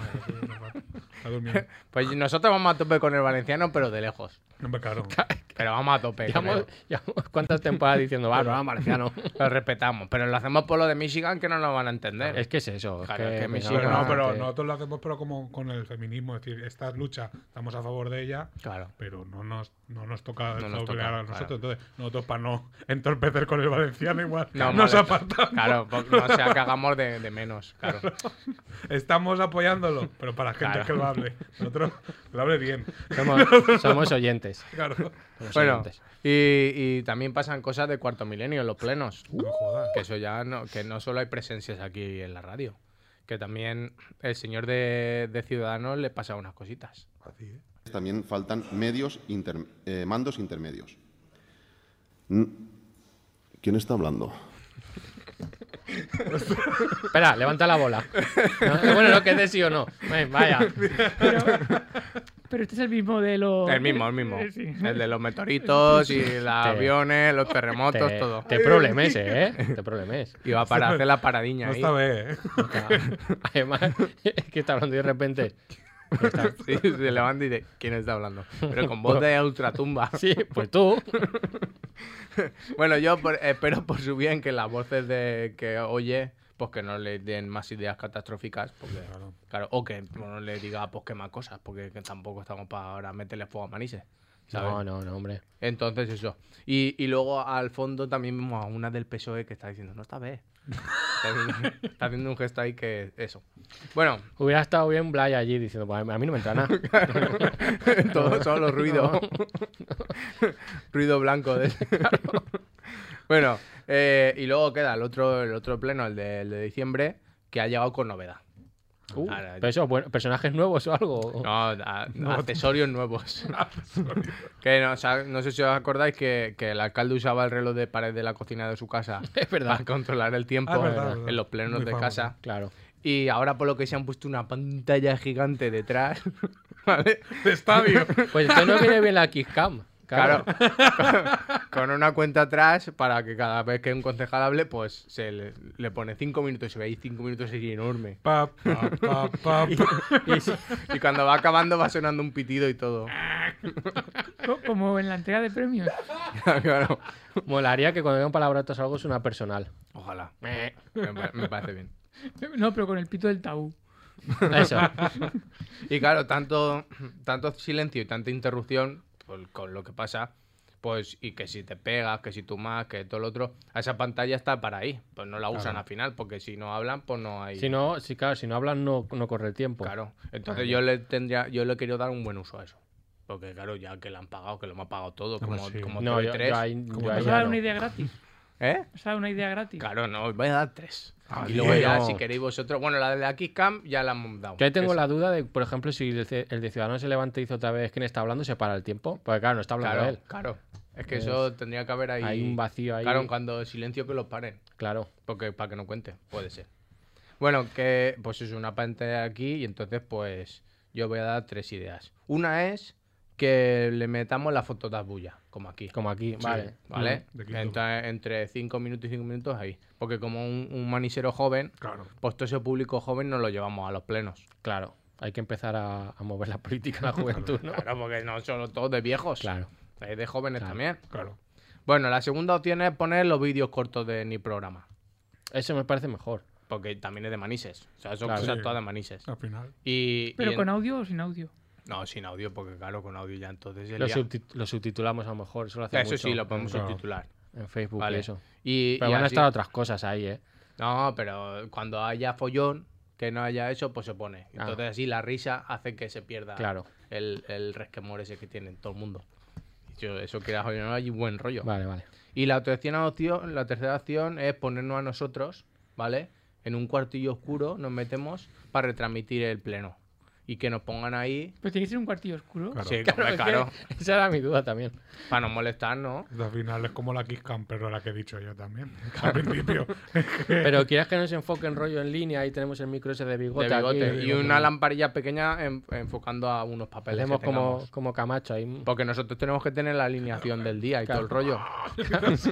Speaker 3: Está durmiendo.
Speaker 6: *laughs* Pues nosotros vamos a tope con el valenciano, pero de lejos.
Speaker 3: No me caro.
Speaker 6: *laughs* Pero vamos a tope. con
Speaker 2: Llevamos,
Speaker 6: él.
Speaker 2: llevamos cuántas temporadas diciendo, va, no, valenciano.
Speaker 6: *laughs* Lo respetamos, pero lo hacemos por lo de Michigan que no lo van a entender.
Speaker 2: Es que es eso.
Speaker 6: Claro, es
Speaker 2: es
Speaker 6: que
Speaker 2: que
Speaker 6: me
Speaker 2: me
Speaker 6: sigue-
Speaker 3: Pero
Speaker 6: Bueno,
Speaker 3: no, pero
Speaker 2: antes.
Speaker 3: nosotros lo hacemos pero como con el feminismo. Es decir, esta lucha estamos a favor de ella,
Speaker 6: Claro.
Speaker 3: pero no nos, no nos toca
Speaker 6: No nos
Speaker 3: obligar
Speaker 6: toca,
Speaker 3: a nosotros.
Speaker 6: claro.
Speaker 3: Entonces, nosotros para no entorpecer con el valenciano igual
Speaker 6: No,
Speaker 3: nos
Speaker 6: molesta.
Speaker 3: apartamos.
Speaker 6: Claro, po- no sea que hagamos de, de menos. Claro.
Speaker 3: *laughs* Estamos apoyándolo, pero para gente
Speaker 6: Claro.
Speaker 3: que lo hable. Nosotros que lo hable bien. *laughs*
Speaker 2: Somos, somos oyentes.
Speaker 3: Claro.
Speaker 2: somos
Speaker 6: Bueno,
Speaker 2: oyentes.
Speaker 6: y, y también pasan cosas de cuarto milenio en los plenos.
Speaker 3: No jodas.
Speaker 6: Que eso ya no, que no solo hay presencias aquí en la radio, que también el señor de, de Ciudadanos le pasa unas cositas.
Speaker 3: Así, ¿eh?
Speaker 9: Pues También faltan medios inter- eh, mandos intermedios. N- ¿Quién está hablando?
Speaker 2: Espera, levanta la bola. No, bueno, no, que es de sí o no. Eh, Vaya.
Speaker 4: Pero, pero este es el mismo de los.
Speaker 6: El mismo, el mismo.
Speaker 4: Eh, sí.
Speaker 6: El de los meteoritos y los aviones, los terremotos,
Speaker 2: Te,
Speaker 6: todo.
Speaker 2: te problemes, eh. Te problemes.
Speaker 6: Y va para hacer la paradiña
Speaker 3: No
Speaker 6: ahí.
Speaker 3: está bien, ¿eh?
Speaker 2: Además, es que está hablando y de repente.
Speaker 6: *laughs* Sí, se levanta y dice, ¿quién está hablando? Pero con
Speaker 2: *laughs*
Speaker 6: voz de ultratumba.
Speaker 2: Sí, pues tú.
Speaker 6: *laughs* Bueno, yo por- espero por su bien que las voces de que oye, pues que no le den más ideas catastróficas, porque claro, o que no le diga pues que más cosas, porque que tampoco estamos para ahora meterle fuego a manises. ¿sabes?
Speaker 2: No, no, no, hombre.
Speaker 6: Entonces, eso. Y, y luego al fondo también vemos a una del PSOE E que está diciendo, no está vez.
Speaker 2: *laughs*
Speaker 6: está, haciendo, está haciendo un gesto ahí que eso. Bueno,
Speaker 2: Hubiera estado bien Blay allí diciendo, pues a mí no me
Speaker 6: *laughs*
Speaker 2: entra nada.
Speaker 6: todos son los
Speaker 2: *laughs*
Speaker 6: ruidos. Ruido blanco. de ese. bueno, eh, y luego queda el otro, el otro pleno, el de, el de diciembre, que ha llegado con novedad.
Speaker 2: Uh,
Speaker 6: Ahora-
Speaker 2: pero eso, bueno, personajes nuevos o algo.
Speaker 6: No, a-
Speaker 2: *laughs*
Speaker 6: accesorios nuevos. que no, o sea, no sé si os acordáis que, que el alcalde usaba el reloj de pared de la cocina de su casa
Speaker 2: *laughs* Es verdad.
Speaker 6: para controlar el tiempo
Speaker 3: Ah, es verdad,
Speaker 6: en-
Speaker 3: es verdad.
Speaker 6: en los plenos
Speaker 3: Muy
Speaker 6: de
Speaker 3: famoso.
Speaker 6: casa.
Speaker 2: Claro.
Speaker 6: Y ahora por lo que se han puesto una pantalla gigante detrás. *laughs* ¿Vale?
Speaker 3: De estadio.
Speaker 2: Pues entonces no viene bien la Kisscam.
Speaker 6: Claro.
Speaker 2: Claro.
Speaker 6: *laughs* Con una cuenta atrás para que cada vez que un concejal hable, pues se le, le pone cinco minutos y veis cinco minutos sería enorme.
Speaker 3: Pa, pa, pa, pa,
Speaker 6: *laughs*
Speaker 3: pa.
Speaker 6: Y, y cuando va acabando va sonando un pitido y todo.
Speaker 4: Co- Como en la entrega de premios.
Speaker 6: *laughs* Claro.
Speaker 2: Molaría que cuando digan palabrotas o algo es una personal.
Speaker 6: Ojalá. Eh, Me, pa- me parece bien.
Speaker 4: Eh. No, pero con el pito del tabú.
Speaker 2: Eso.
Speaker 6: Y claro, tanto, tanto silencio y tanta interrupción por- con lo que pasa, pues, y que si te pegas, que si tú más, que todo lo otro, a esa pantalla está para ahí. Pues no la usan al final, porque si no hablan, pues no hay.
Speaker 2: Si no, si, claro, si no hablan, no, no corre el tiempo.
Speaker 6: Claro. Entonces yo le tendría, yo le quería dar un buen uso a eso. Porque claro, ya que le han pagado, que lo hemos pagado todo,
Speaker 3: Hombre,
Speaker 6: como,
Speaker 3: sí.
Speaker 6: como
Speaker 2: No, yo,
Speaker 6: tres.
Speaker 2: yo ahí, yo ahí
Speaker 4: Os
Speaker 2: ya
Speaker 4: da
Speaker 2: no.
Speaker 4: una idea gratis.
Speaker 6: ¿Eh?
Speaker 4: Os da una idea gratis.
Speaker 6: Claro, no, os voy a dar tres.
Speaker 3: Ah,
Speaker 6: y luego
Speaker 3: bien.
Speaker 6: ya, si queréis vosotros. Bueno, la de la Kisscam ya la hemos dado.
Speaker 2: Yo ahí tengo
Speaker 6: Es-
Speaker 2: la duda de, por ejemplo, si el de, el de Ciudadanos se levanta y dice otra vez quién está hablando, se para el tiempo. Porque claro, no está hablando
Speaker 6: Claro,
Speaker 2: él.
Speaker 6: claro. Es que eso tendría que haber ahí.
Speaker 2: Hay un vacío ahí.
Speaker 6: Claro, cuando silencio que los paren.
Speaker 2: Claro.
Speaker 6: Porque para que no cuente, puede ser. Bueno, que pues es una pantalla aquí y entonces pues yo voy a dar tres ideas. Una es que le metamos la foto de las bullas, como aquí.
Speaker 2: Como aquí, vale.
Speaker 6: ¿Vale?
Speaker 3: Mm, de Quito.
Speaker 6: Entonces, entre 5 minutos y 5 minutos ahí. Porque como un, un manisero joven,
Speaker 3: Claro.
Speaker 6: pues todo ese público joven no lo llevamos a los plenos.
Speaker 2: Claro. Hay que empezar a, a mover la política
Speaker 6: *laughs*
Speaker 2: en la juventud, ¿no?
Speaker 6: Claro, porque no solo todos de viejos.
Speaker 2: Claro.
Speaker 6: Hay de jóvenes
Speaker 2: Claro.
Speaker 6: también.
Speaker 3: Claro.
Speaker 6: Bueno, la segunda opción es poner los vídeos cortos de mi programa.
Speaker 2: Eso me parece mejor.
Speaker 6: Porque también es de manises. O sea, son
Speaker 2: Claro.
Speaker 6: cosas
Speaker 3: Sí.
Speaker 6: todas de manises.
Speaker 3: Al final.
Speaker 6: Y,
Speaker 4: Pero
Speaker 6: y en-
Speaker 4: con audio o sin audio.
Speaker 6: No, sin audio, porque claro, con audio ya entonces se
Speaker 2: Lo,
Speaker 6: lía.
Speaker 2: subtit- lo subtitulamos a lo mejor. Eso lo hace
Speaker 6: Eso
Speaker 2: mucho
Speaker 6: sí, lo podemos
Speaker 3: Claro.
Speaker 6: subtitular.
Speaker 2: En Facebook, y
Speaker 6: Vale.
Speaker 2: eso.
Speaker 6: Y,
Speaker 2: Pero
Speaker 6: y
Speaker 2: van a
Speaker 6: así-
Speaker 2: estar otras cosas ahí, ¿eh?
Speaker 6: No, pero cuando haya follón, que no haya eso, pues se pone.
Speaker 2: Ah.
Speaker 6: Entonces así la risa hace que se pierda
Speaker 2: Claro.
Speaker 6: el, el resquemor ese que tiene todo el mundo. Yo, eso quieras o no, hay buen rollo.
Speaker 2: Vale, vale.
Speaker 6: Y la tercera opción, la tercera opción es ponernos a nosotros, ¿vale? En un cuartillo oscuro nos metemos para retransmitir el pleno. Y que nos pongan ahí.
Speaker 4: Pero Pues tiene que ser un cuartillo oscuro.
Speaker 3: Claro.
Speaker 2: *laughs*
Speaker 6: Sí, hombre, claro.
Speaker 2: Esa era mi duda también.
Speaker 6: Para no molestarnos.
Speaker 3: Al final es como la Kiss Cam, pero la que he dicho yo también. Al principio. *laughs*
Speaker 2: Pero quieres que nos enfoque en rollo en línea, ahí tenemos el micro ese de bigote.
Speaker 6: de
Speaker 2: aquí.
Speaker 6: bigote. y una lamparilla pequeña en- enfocando a unos papeles.
Speaker 2: Hacemos
Speaker 6: que
Speaker 2: como,
Speaker 6: tengamos.
Speaker 2: como Camacho ahí.
Speaker 6: Porque nosotros tenemos que tener la alineación del día y
Speaker 2: Claro.
Speaker 6: todo el rollo. *laughs*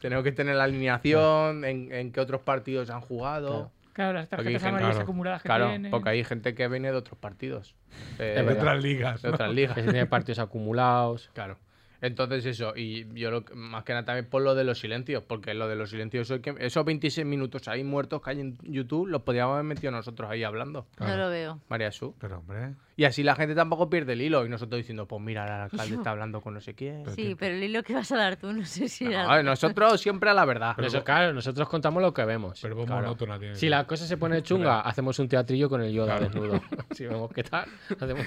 Speaker 6: tenemos que tener la alineación, en, en qué otros partidos han jugado.
Speaker 4: Claro, las
Speaker 6: Aquí,
Speaker 4: tarjetas
Speaker 6: gente,
Speaker 4: amarillas
Speaker 3: claro.
Speaker 4: acumuladas que
Speaker 6: Claro,
Speaker 4: tienen.
Speaker 6: porque hay gente que viene de otros partidos. eh,
Speaker 2: Es
Speaker 3: de
Speaker 2: verdad.
Speaker 3: otras ligas.
Speaker 6: de
Speaker 3: ¿no?
Speaker 6: otras
Speaker 2: Que
Speaker 6: ligas.
Speaker 2: tiene partidos acumulados.
Speaker 6: *laughs* Claro. Entonces eso, y yo lo, que- más que nada también por lo de los silencios, porque lo de los silencios, eso que, esos 26 minutos ahí muertos que hay en YouTube, los podíamos haber metido nosotros ahí hablando,
Speaker 3: Claro.
Speaker 5: No lo veo.
Speaker 6: María Su.
Speaker 3: Pero hombre.
Speaker 6: Y así la gente tampoco pierde el hilo. Y nosotros diciendo, pues mira, el alcalde está hablando con no sé quién.
Speaker 5: Sí, pero el hilo que vas a dar tú, no sé si era.
Speaker 6: No, nosotros siempre a la verdad.
Speaker 2: Pero eso, claro, nosotros contamos lo que vemos.
Speaker 3: Pero vos
Speaker 6: Claro.
Speaker 3: monótona tiene.
Speaker 2: Si la cosa se pone chunga, hacemos un teatrillo con el Yoda
Speaker 3: Claro. *laughs*
Speaker 2: desnudo. si vemos qué tal, hacemos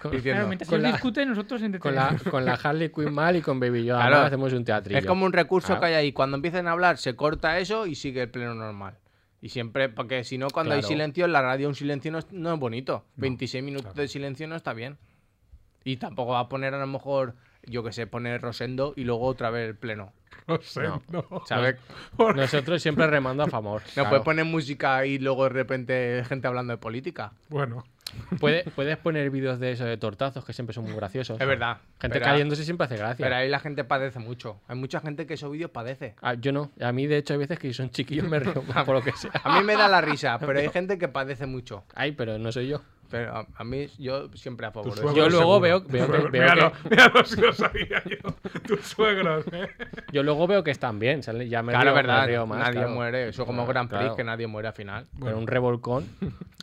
Speaker 2: con,
Speaker 6: Diciendo,
Speaker 4: Claro, mientras
Speaker 2: con
Speaker 4: ellos
Speaker 2: la-
Speaker 4: discuten, nosotros
Speaker 2: con
Speaker 4: entretenemos.
Speaker 2: la, con la Harley Quinn mal y con Baby Yoda
Speaker 6: Claro.
Speaker 2: mal hacemos un teatrillo.
Speaker 6: es como un recurso
Speaker 2: Claro.
Speaker 6: que hay ahí. Cuando empiezan a hablar, se corta eso y sigue el pleno normal. Y siempre, porque si no, cuando hay
Speaker 2: Claro.
Speaker 6: silencio, en la radio un silencio no es, no es bonito. 26 minutos de silencio no está bien. Y tampoco va a poner a lo mejor, yo que sé, poner Rosendo y luego otra vez el pleno.
Speaker 3: No sé,
Speaker 2: No.
Speaker 3: no.
Speaker 6: ¿Sabes?
Speaker 2: Nosotros siempre remando a favor.
Speaker 6: No
Speaker 2: claro.
Speaker 6: puedes poner música y luego de repente gente hablando de política.
Speaker 3: Bueno.
Speaker 2: Puede- puedes poner vídeos de eso de tortazos que siempre son muy graciosos.
Speaker 6: Es verdad.
Speaker 2: Gente
Speaker 6: pero-
Speaker 2: cayéndose siempre hace gracia.
Speaker 6: Pero ahí la gente padece mucho. Hay mucha gente que esos vídeos padece.
Speaker 2: Ah, yo no. A mí, de hecho, hay veces que si son chiquillos me río más por lo que sea.
Speaker 6: *laughs* A mí me da
Speaker 2: *laughs*
Speaker 6: la risa, pero hay gente que padece mucho.
Speaker 2: Ay, pero no soy yo.
Speaker 6: Pero a, a mí, yo siempre a favor
Speaker 3: Tus
Speaker 6: de eso.
Speaker 3: suegros
Speaker 2: Yo luego
Speaker 3: seguro.
Speaker 2: veo, veo
Speaker 3: *laughs*
Speaker 2: que-
Speaker 3: Suegros,
Speaker 2: veo
Speaker 3: míralo,
Speaker 2: que-
Speaker 3: míralo si lo sabía yo. Tus suegros, ¿eh?
Speaker 2: yo luego veo que están bien. sale- ya me
Speaker 6: Claro,
Speaker 2: río, me
Speaker 6: verdad,
Speaker 2: río más,
Speaker 6: nadie
Speaker 2: claro.
Speaker 6: muere. Eso como
Speaker 2: Claro,
Speaker 6: Grand Prix,
Speaker 2: claro.
Speaker 6: que nadie muere al final.
Speaker 2: *laughs* Pero un revolcón,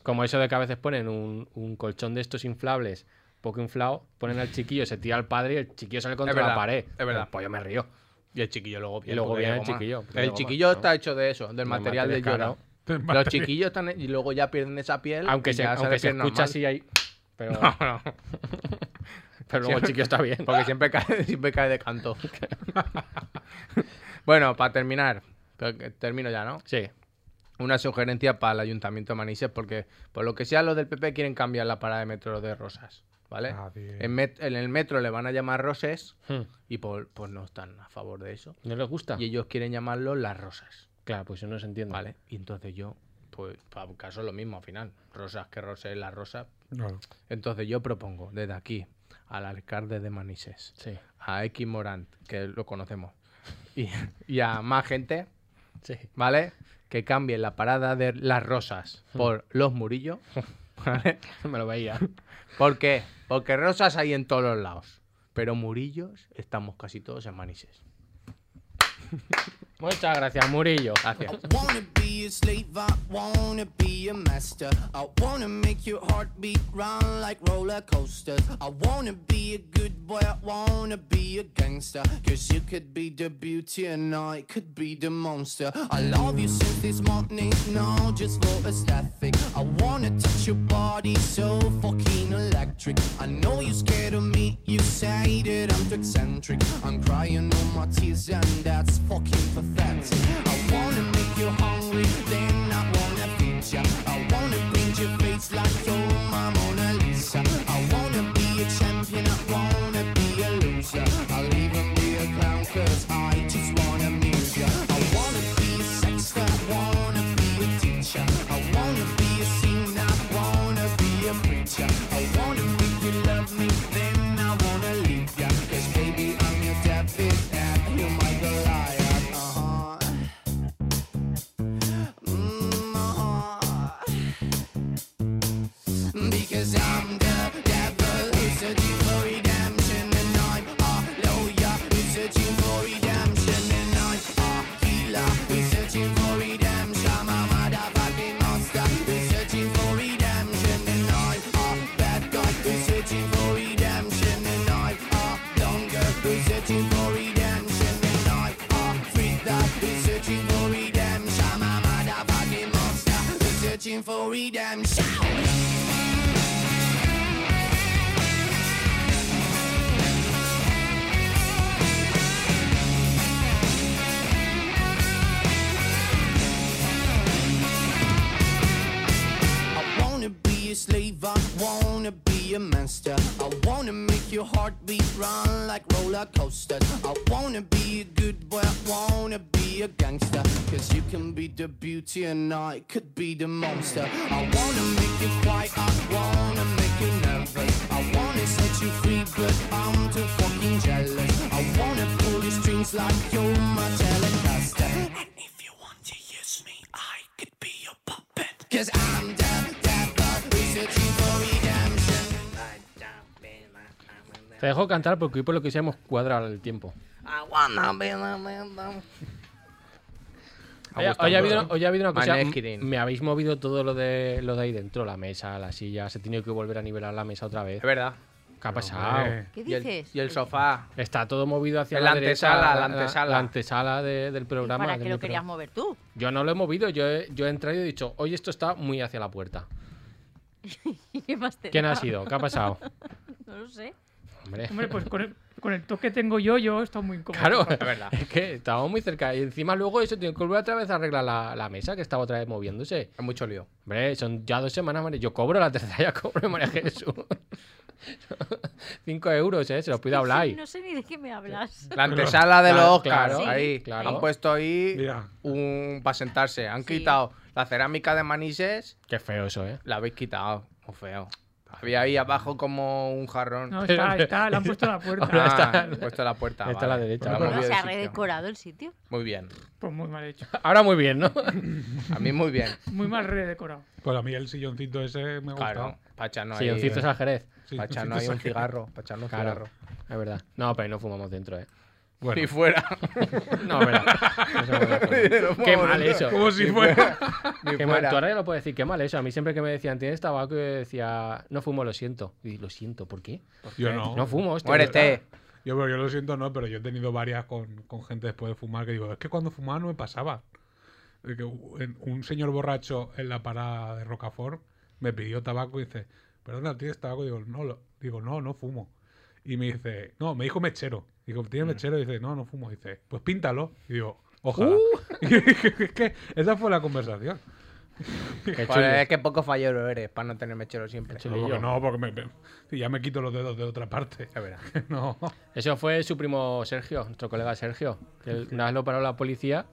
Speaker 2: como eso de que a veces ponen un, un colchón de estos inflables poco inflado, ponen al chiquillo, se tira al padre y el chiquillo sale contra
Speaker 6: verdad,
Speaker 2: la pared.
Speaker 6: es verdad.
Speaker 2: Pues yo me río.
Speaker 6: Y el chiquillo luego
Speaker 2: Y luego
Speaker 6: porque
Speaker 2: viene
Speaker 6: de
Speaker 2: el
Speaker 6: goma.
Speaker 2: chiquillo, porque de
Speaker 6: El
Speaker 2: goma,
Speaker 6: chiquillo
Speaker 2: ¿no?
Speaker 6: está hecho de eso, del material de
Speaker 2: material
Speaker 6: llora.
Speaker 3: Del
Speaker 6: Los
Speaker 3: material.
Speaker 6: chiquillos están y luego ya pierden esa piel.
Speaker 2: Aunque
Speaker 6: y
Speaker 2: se,
Speaker 6: ya
Speaker 2: aunque se
Speaker 6: despiernan
Speaker 2: escucha
Speaker 6: mal.
Speaker 2: así ahí. Pero,
Speaker 6: *laughs* No, no,
Speaker 2: *laughs* pero luego el chiquillo está bien.
Speaker 6: porque siempre cae, *laughs* siempre cae de canto. bueno, para terminar, pero que- termino ya, ¿no?
Speaker 2: Sí.
Speaker 6: Una sugerencia para el Ayuntamiento de Manises, porque por lo que sea los del PP quieren cambiar la parada de metro de Rosas, ¿vale?
Speaker 3: Ah, bien.
Speaker 6: En, met- en el metro le van a llamar Roses
Speaker 2: Hmm.
Speaker 6: y por- pues no están a favor de eso.
Speaker 2: ¿No les gusta?
Speaker 6: Y ellos quieren llamarlo Las Rosas.
Speaker 2: Claro, pues eso no se entiende.
Speaker 6: Vale, y entonces yo, pues para caso es lo mismo al final. Rosas que rosas, la rosa.
Speaker 3: Claro.
Speaker 6: Entonces yo propongo desde aquí al alcalde de Manises,
Speaker 2: Sí.
Speaker 6: a X Morant, que lo conocemos, y, *laughs* y a más gente,
Speaker 2: Sí.
Speaker 6: ¿vale? Que cambien la parada de las rosas por
Speaker 2: *laughs*
Speaker 6: los murillos, ¿vale?
Speaker 2: Mm. Me lo veía.
Speaker 6: ¿Por qué? Porque rosas hay en todos los lados, pero murillos estamos casi todos en Manises.
Speaker 2: Muchas gracias, Murillo.
Speaker 6: Gracias.
Speaker 7: wanna be a slave, I wanna be a master. I wanna make your heartbeat run like roller coasters. I wanna be a good boy, I wanna be a gangster. Cause you could be the beauty and I could be the monster. I love you since this morning, no, just for aesthetic. I wanna touch your body so fucking electric. I know you're scared of me, you say that I'm too eccentric. I'm crying all my tears and that's fucking pathetic. I wanna make you hungry, then I wanna feed ya. I wanna paint your face like your my Mona Lisa. I wanna be a champion, I wanna be a loser. I'll even be a clown cause I just wanna amuse ya. I wanna be a sexter, I wanna be a teacher. I wanna be a singer, I wanna be a preacher. I wanna make you love me, then I wanna leave ya. Cause baby, I'm your David and you're my Goliath. Uh-huh. Mm-hmm. Because I'm the devil who's searching for redemption And I'm a lawyer who's searching for redemption And I'm a healer who's searching for redemption I'm a motherfucking monster who's searching for redemption And I'm a bad guy who's searching for redemption And I'm a longer who's searching for redemption And I'm a freak who's searching for redemption I'm a motherfucking monster who's searching for redemption I wanna be a slave, I wanna be a master. I wanna make your heartbeat run like roller coasters. I wanna be a good boy, I wanna be a gangster. Cause you can be the beauty and I could be the monster. I wanna make you quiet, I wanna make you nervous. I wanna set you free, but I'm too fucking jealous. I wanna pull your strings like you're my telecaster. And if you want to use me, I could be your puppet. Cause I'm the devil, researching for redemption.
Speaker 2: Te dejo cantar porque hoy por lo que sea hemos cuadrado el tiempo. Hoy ha, hoy ha habido, hoy ha habido una cosa.
Speaker 6: Maneskin.
Speaker 2: Me habéis movido todo lo de lo de ahí dentro, la mesa, la silla. Se ha tenido que volver a nivelar la mesa otra vez.
Speaker 6: Es verdad.
Speaker 2: ¿Qué ha pasado?
Speaker 3: hombre.
Speaker 5: ¿Qué
Speaker 6: Y el,
Speaker 5: dices?
Speaker 6: y el sofá.
Speaker 2: Está todo movido hacia
Speaker 6: La
Speaker 2: la, derecha,
Speaker 6: antesala, la antesala.
Speaker 2: la antesala de- del
Speaker 5: ¿Y
Speaker 2: programa.
Speaker 5: ¿Para
Speaker 2: de
Speaker 5: qué
Speaker 2: mi
Speaker 5: lo
Speaker 2: pro-
Speaker 5: querías mover tú? *laughs*
Speaker 2: Yo no lo he movido, yo he, yo he entrado y he dicho, oye, esto está muy hacia
Speaker 5: *laughs*
Speaker 2: la puerta.
Speaker 5: ¿Qué más te
Speaker 2: ¿Quién
Speaker 5: da?
Speaker 2: ha sido? ¿Qué ha pasado?
Speaker 5: *laughs* No lo sé.
Speaker 2: Hombre,
Speaker 4: Hombre, pues con el, con el toque que tengo yo, yo estoy muy incómodo.
Speaker 2: claro, *laughs*
Speaker 6: *laughs* Es verdad.
Speaker 2: es que estábamos muy cerca. Y encima luego eso, tengo que volver otra vez a arreglar la, la mesa que estaba otra vez moviéndose.
Speaker 6: Es mucho lío.
Speaker 2: Hombre, son ya dos semanas, María. Yo cobro la tercera, ya cobro, María Jesús. *laughs* Cinco euros, ¿eh? Se los pido a Blay.
Speaker 5: No sé ni de qué me hablas.
Speaker 6: La antesala de los
Speaker 2: Claro,
Speaker 6: Oscars.
Speaker 2: claro,
Speaker 6: ahí.
Speaker 2: claro.
Speaker 6: Han puesto ahí
Speaker 3: Ya.
Speaker 6: un para sentarse. Han
Speaker 5: Sí.
Speaker 6: quitado la cerámica de Manises.
Speaker 2: Qué feo eso, ¿eh?
Speaker 6: La habéis quitado. Muy feo. Había ahí abajo como un jarrón.
Speaker 4: No,
Speaker 6: *laughs*
Speaker 4: está, está, le han puesto la puerta.
Speaker 6: Ah,
Speaker 2: está-
Speaker 6: han puesto la puerta.
Speaker 2: está a la
Speaker 6: vale.
Speaker 2: derecha.
Speaker 6: Pues la
Speaker 2: Bueno,
Speaker 5: Bueno,
Speaker 6: han movido
Speaker 5: se
Speaker 6: de
Speaker 5: ha
Speaker 6: sitio.
Speaker 5: redecorado el sitio.
Speaker 6: Muy bien.
Speaker 4: Pues muy mal
Speaker 2: *laughs*
Speaker 4: hecho.
Speaker 2: Ahora muy bien, ¿no?
Speaker 6: *clears throat* A mí muy bien.
Speaker 4: Muy mal redecorado.
Speaker 3: Pues a mí el silloncito ese me ha
Speaker 6: Claro.
Speaker 3: gustado.
Speaker 6: Para echarnos
Speaker 2: Sí,
Speaker 6: ahí,
Speaker 2: un cito es al Jerez.
Speaker 3: Sí,
Speaker 6: pa'
Speaker 3: un
Speaker 6: echarnos
Speaker 3: cito
Speaker 6: ahí un
Speaker 3: saque.
Speaker 6: cigarro. Para echarnos un
Speaker 2: Claro,
Speaker 6: cigarro.
Speaker 2: es verdad. No, pero ahí no fumamos dentro, ¿eh?
Speaker 3: Bueno,
Speaker 6: Y fuera.
Speaker 2: *laughs* No, verdad.
Speaker 6: *laughs*
Speaker 2: Qué mal eso.
Speaker 3: como si
Speaker 6: Ni
Speaker 3: fuera.
Speaker 6: Ni
Speaker 2: Qué mal.
Speaker 6: fuera.
Speaker 2: Tú ahora ya lo puedes decir, qué mal eso. A mí siempre que me decían, ¿tienes tabaco? Yo decía, no fumo, lo siento. Y lo siento, ¿por qué?
Speaker 3: Yo no.
Speaker 2: No fumo, hostia.
Speaker 6: Muérete.
Speaker 3: Yo, pero yo lo siento, no, pero yo he tenido varias con, con gente después de fumar que digo, es que cuando fumaba no me pasaba. De que u- en- un señor borracho en la parada de Rocafort me pidió tabaco y dice, perdona, ¿tienes tabaco? digo, no, lo- digo, no, no fumo. Y me dice, no, me dijo mechero. Digo,
Speaker 2: Mm.
Speaker 3: ¿tienes mechero? Y dice, no, no fumo. dice, pues píntalo. Y digo, ojalá.
Speaker 2: Uh.
Speaker 3: *laughs* Y es que esa fue la conversación.
Speaker 2: Qué
Speaker 6: Joder,
Speaker 2: chulo.
Speaker 6: es que poco fallero eres para no tener mechero siempre.
Speaker 2: Qué
Speaker 3: No,
Speaker 2: chulillo.
Speaker 3: porque, no, porque me- me- si ya me quito los dedos de otra parte.
Speaker 6: Ya verás.
Speaker 3: no.
Speaker 2: *laughs* Eso fue su primo Sergio, nuestro colega Sergio. que él- una vez lo paró la policía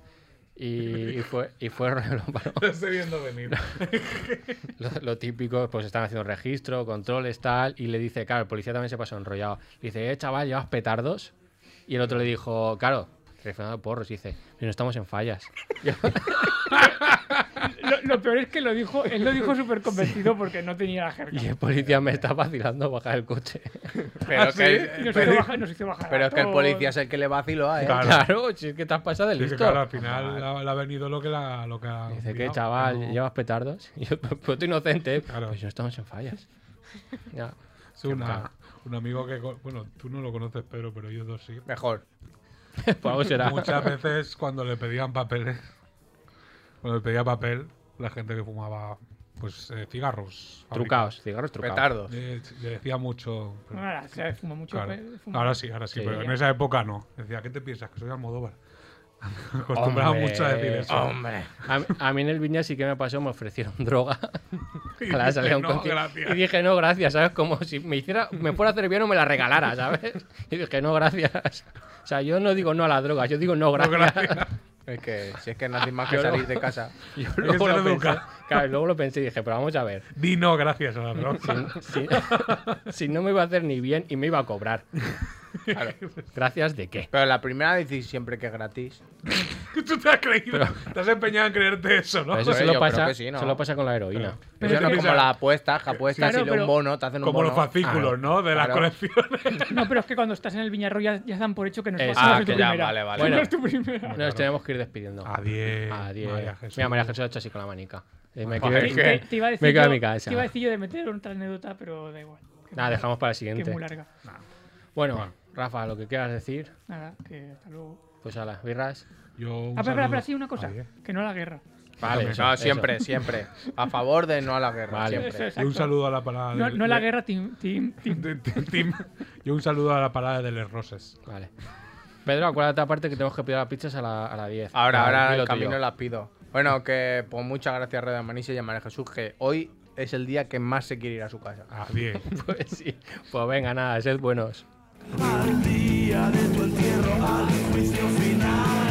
Speaker 2: y, y fue, y fue *laughs* lo, paró.
Speaker 3: Lo estoy viendo venir.
Speaker 2: *laughs* Lo, lo típico, pues están haciendo registro, controles, tal, y le dice, claro, el policía también se pasó enrollado. Le dice, eh, chaval, llevas petardos. Y el otro le dijo, claro, refrenado porros, y dice, pero no estamos en fallas. *laughs*
Speaker 4: Lo, lo peor es que lo dijo, él lo dijo súper convencido porque no tenía la jerga.
Speaker 2: Y el policía me está vacilando bajar
Speaker 3: *laughs*
Speaker 2: el coche.
Speaker 3: ¿Ah,
Speaker 6: Pero,
Speaker 4: Y nos,
Speaker 6: que,
Speaker 4: hizo bajar, nos hizo bajar. a
Speaker 6: pero es que el
Speaker 4: todos.
Speaker 6: policía es el que le vaciló ¿eh? a él.
Speaker 3: Claro.
Speaker 2: Claro, *laughs* si es que te has pasado de
Speaker 3: Sí,
Speaker 2: listo.
Speaker 3: que claro, al final ha- le ha venido lo que la lo que ha
Speaker 2: Dice, ¿qué,
Speaker 3: pillado,
Speaker 2: chaval?
Speaker 3: que no-
Speaker 2: ¿Llevas petardos? *laughs* Y yo, pues pues tú inocente. ¿eh?
Speaker 3: Claro.
Speaker 2: Pues no estamos en fallas. Ya.
Speaker 3: Sí, una- un amigo que, co- bueno, tú no lo conoces, Pedro, pero yo dos sí.
Speaker 2: *laughs*
Speaker 6: Mejor.
Speaker 2: Por algo será.
Speaker 3: Muchas veces cuando le pedían papeles, cuando le pedía papel, la gente que fumaba, pues, eh, cigarros. fabricados,
Speaker 2: Trucaos, cigarros trucados.
Speaker 6: Petardo.
Speaker 3: eh, le decía mucho. pero-
Speaker 4: Bueno, ahora se fuma mucho.
Speaker 3: claro.
Speaker 4: pe- fuma-
Speaker 3: Ahora sí, ahora sí,
Speaker 2: Sí.
Speaker 3: pero en esa época no. Decía, ¿qué te piensas? Que soy Almodóvar. *laughs* Me Acostumbraba
Speaker 2: Hombre.
Speaker 3: mucho a decir eso.
Speaker 6: Hombre.
Speaker 2: A, a mí en el Viña sí que me pasó, me ofrecieron *laughs* droga. A la salida de un
Speaker 3: no,
Speaker 2: concierto.
Speaker 3: gracias.
Speaker 2: Y dije, no, gracias, ¿sabes? Como si me hiciera, me fuera a hacer bien o me la regalara, ¿sabes? Y dije, no, gracias. O sea, yo no digo no a la droga, yo digo no, gracias.
Speaker 6: Es que si es que no haces más que
Speaker 2: Yo no.
Speaker 6: salir de casa.
Speaker 2: *laughs* Yo
Speaker 3: que
Speaker 2: luego
Speaker 3: ser
Speaker 2: lo, pensé,
Speaker 3: educado.
Speaker 2: claro, luego lo pensé y dije, pero vamos a ver.
Speaker 3: Di no, gracias a la droga.
Speaker 2: Si, *laughs* si no me iba a hacer ni bien y me iba a cobrar.
Speaker 6: Claro.
Speaker 2: ¿Gracias de qué?
Speaker 6: Pero la primera decís siempre que es gratis.
Speaker 3: *laughs* Tú te has creído, te has empeñado en creerte eso, ¿no?
Speaker 2: Pero eso
Speaker 6: Hombre,
Speaker 2: solo
Speaker 6: yo
Speaker 2: pasa,
Speaker 6: creo que sí, ¿no?
Speaker 2: solo pasa con la heroína.
Speaker 4: Pero
Speaker 6: Eso no
Speaker 4: es
Speaker 6: es
Speaker 4: que-
Speaker 6: como las apuestas, que apuestas
Speaker 4: Claro,
Speaker 6: y le
Speaker 4: pero-
Speaker 6: un bono, te hacen un
Speaker 3: Como
Speaker 6: bono.
Speaker 3: los
Speaker 2: Ah,
Speaker 3: fascículos, ¿no? De las
Speaker 6: Claro.
Speaker 3: colecciones.
Speaker 4: No, pero es que cuando estás en el Viñarro ya, ya dan por hecho que no
Speaker 2: Eh,
Speaker 4: es,
Speaker 2: ah,
Speaker 4: no es tu
Speaker 6: que ya,
Speaker 4: primera.
Speaker 6: vale, vale.
Speaker 4: Que *laughs* no
Speaker 2: Bueno.
Speaker 4: es tu primera.
Speaker 2: Nos tenemos que ir despidiendo.
Speaker 3: Adiós.
Speaker 2: Adiós.
Speaker 3: María Jesús.
Speaker 2: Mira, María Jesús ha hecho así con la manica. Eh, me
Speaker 6: Joder,
Speaker 2: quiero-
Speaker 6: que-
Speaker 4: Te, te iba a decir
Speaker 2: me quedo
Speaker 4: yo-
Speaker 2: en mi casa.
Speaker 4: Te iba a decir yo de meter otra anécdota, pero da igual. Que
Speaker 2: Nada,
Speaker 4: muy-
Speaker 2: dejamos para
Speaker 4: Que
Speaker 2: la
Speaker 4: es
Speaker 2: siguiente.
Speaker 4: muy larga.
Speaker 2: Bueno, Rafa, lo que quieras decir,
Speaker 4: Nada, que hasta luego.
Speaker 2: pues a las birras.
Speaker 3: Yo un
Speaker 4: Ah, pero, pero,
Speaker 3: saludo. eh.
Speaker 4: pero sí, una cosa.
Speaker 3: Adiós.
Speaker 4: Que no a la guerra.
Speaker 2: Vale, eso,
Speaker 6: No,
Speaker 2: eso.
Speaker 6: siempre, siempre. A favor de no a la guerra.
Speaker 2: Vale.
Speaker 6: Siempre.
Speaker 3: Y un saludo a la parada.
Speaker 4: No,
Speaker 2: Pues
Speaker 3: del-
Speaker 4: no a la
Speaker 3: de-
Speaker 4: guerra, team, team,
Speaker 3: *laughs*
Speaker 4: team.
Speaker 3: de- de- team. Y un saludo a la parada de Les Roses.
Speaker 2: Vale. Pedro, acuérdate aparte que tenemos que pedir las pizzas a la- a las 10.
Speaker 6: Ahora,
Speaker 2: Vale,
Speaker 6: ahora
Speaker 2: dilo
Speaker 6: el
Speaker 2: tú
Speaker 6: camino
Speaker 2: yo.
Speaker 6: las pido. Bueno, que pues muchas gracias Radio Manice y a María Jesús, que hoy es el día que más se quiere ir a su casa.
Speaker 3: Adiós.
Speaker 6: *laughs*
Speaker 2: Pues sí. Pues venga, nada, sed buenos.
Speaker 7: Al día de tu entierro, al juicio final.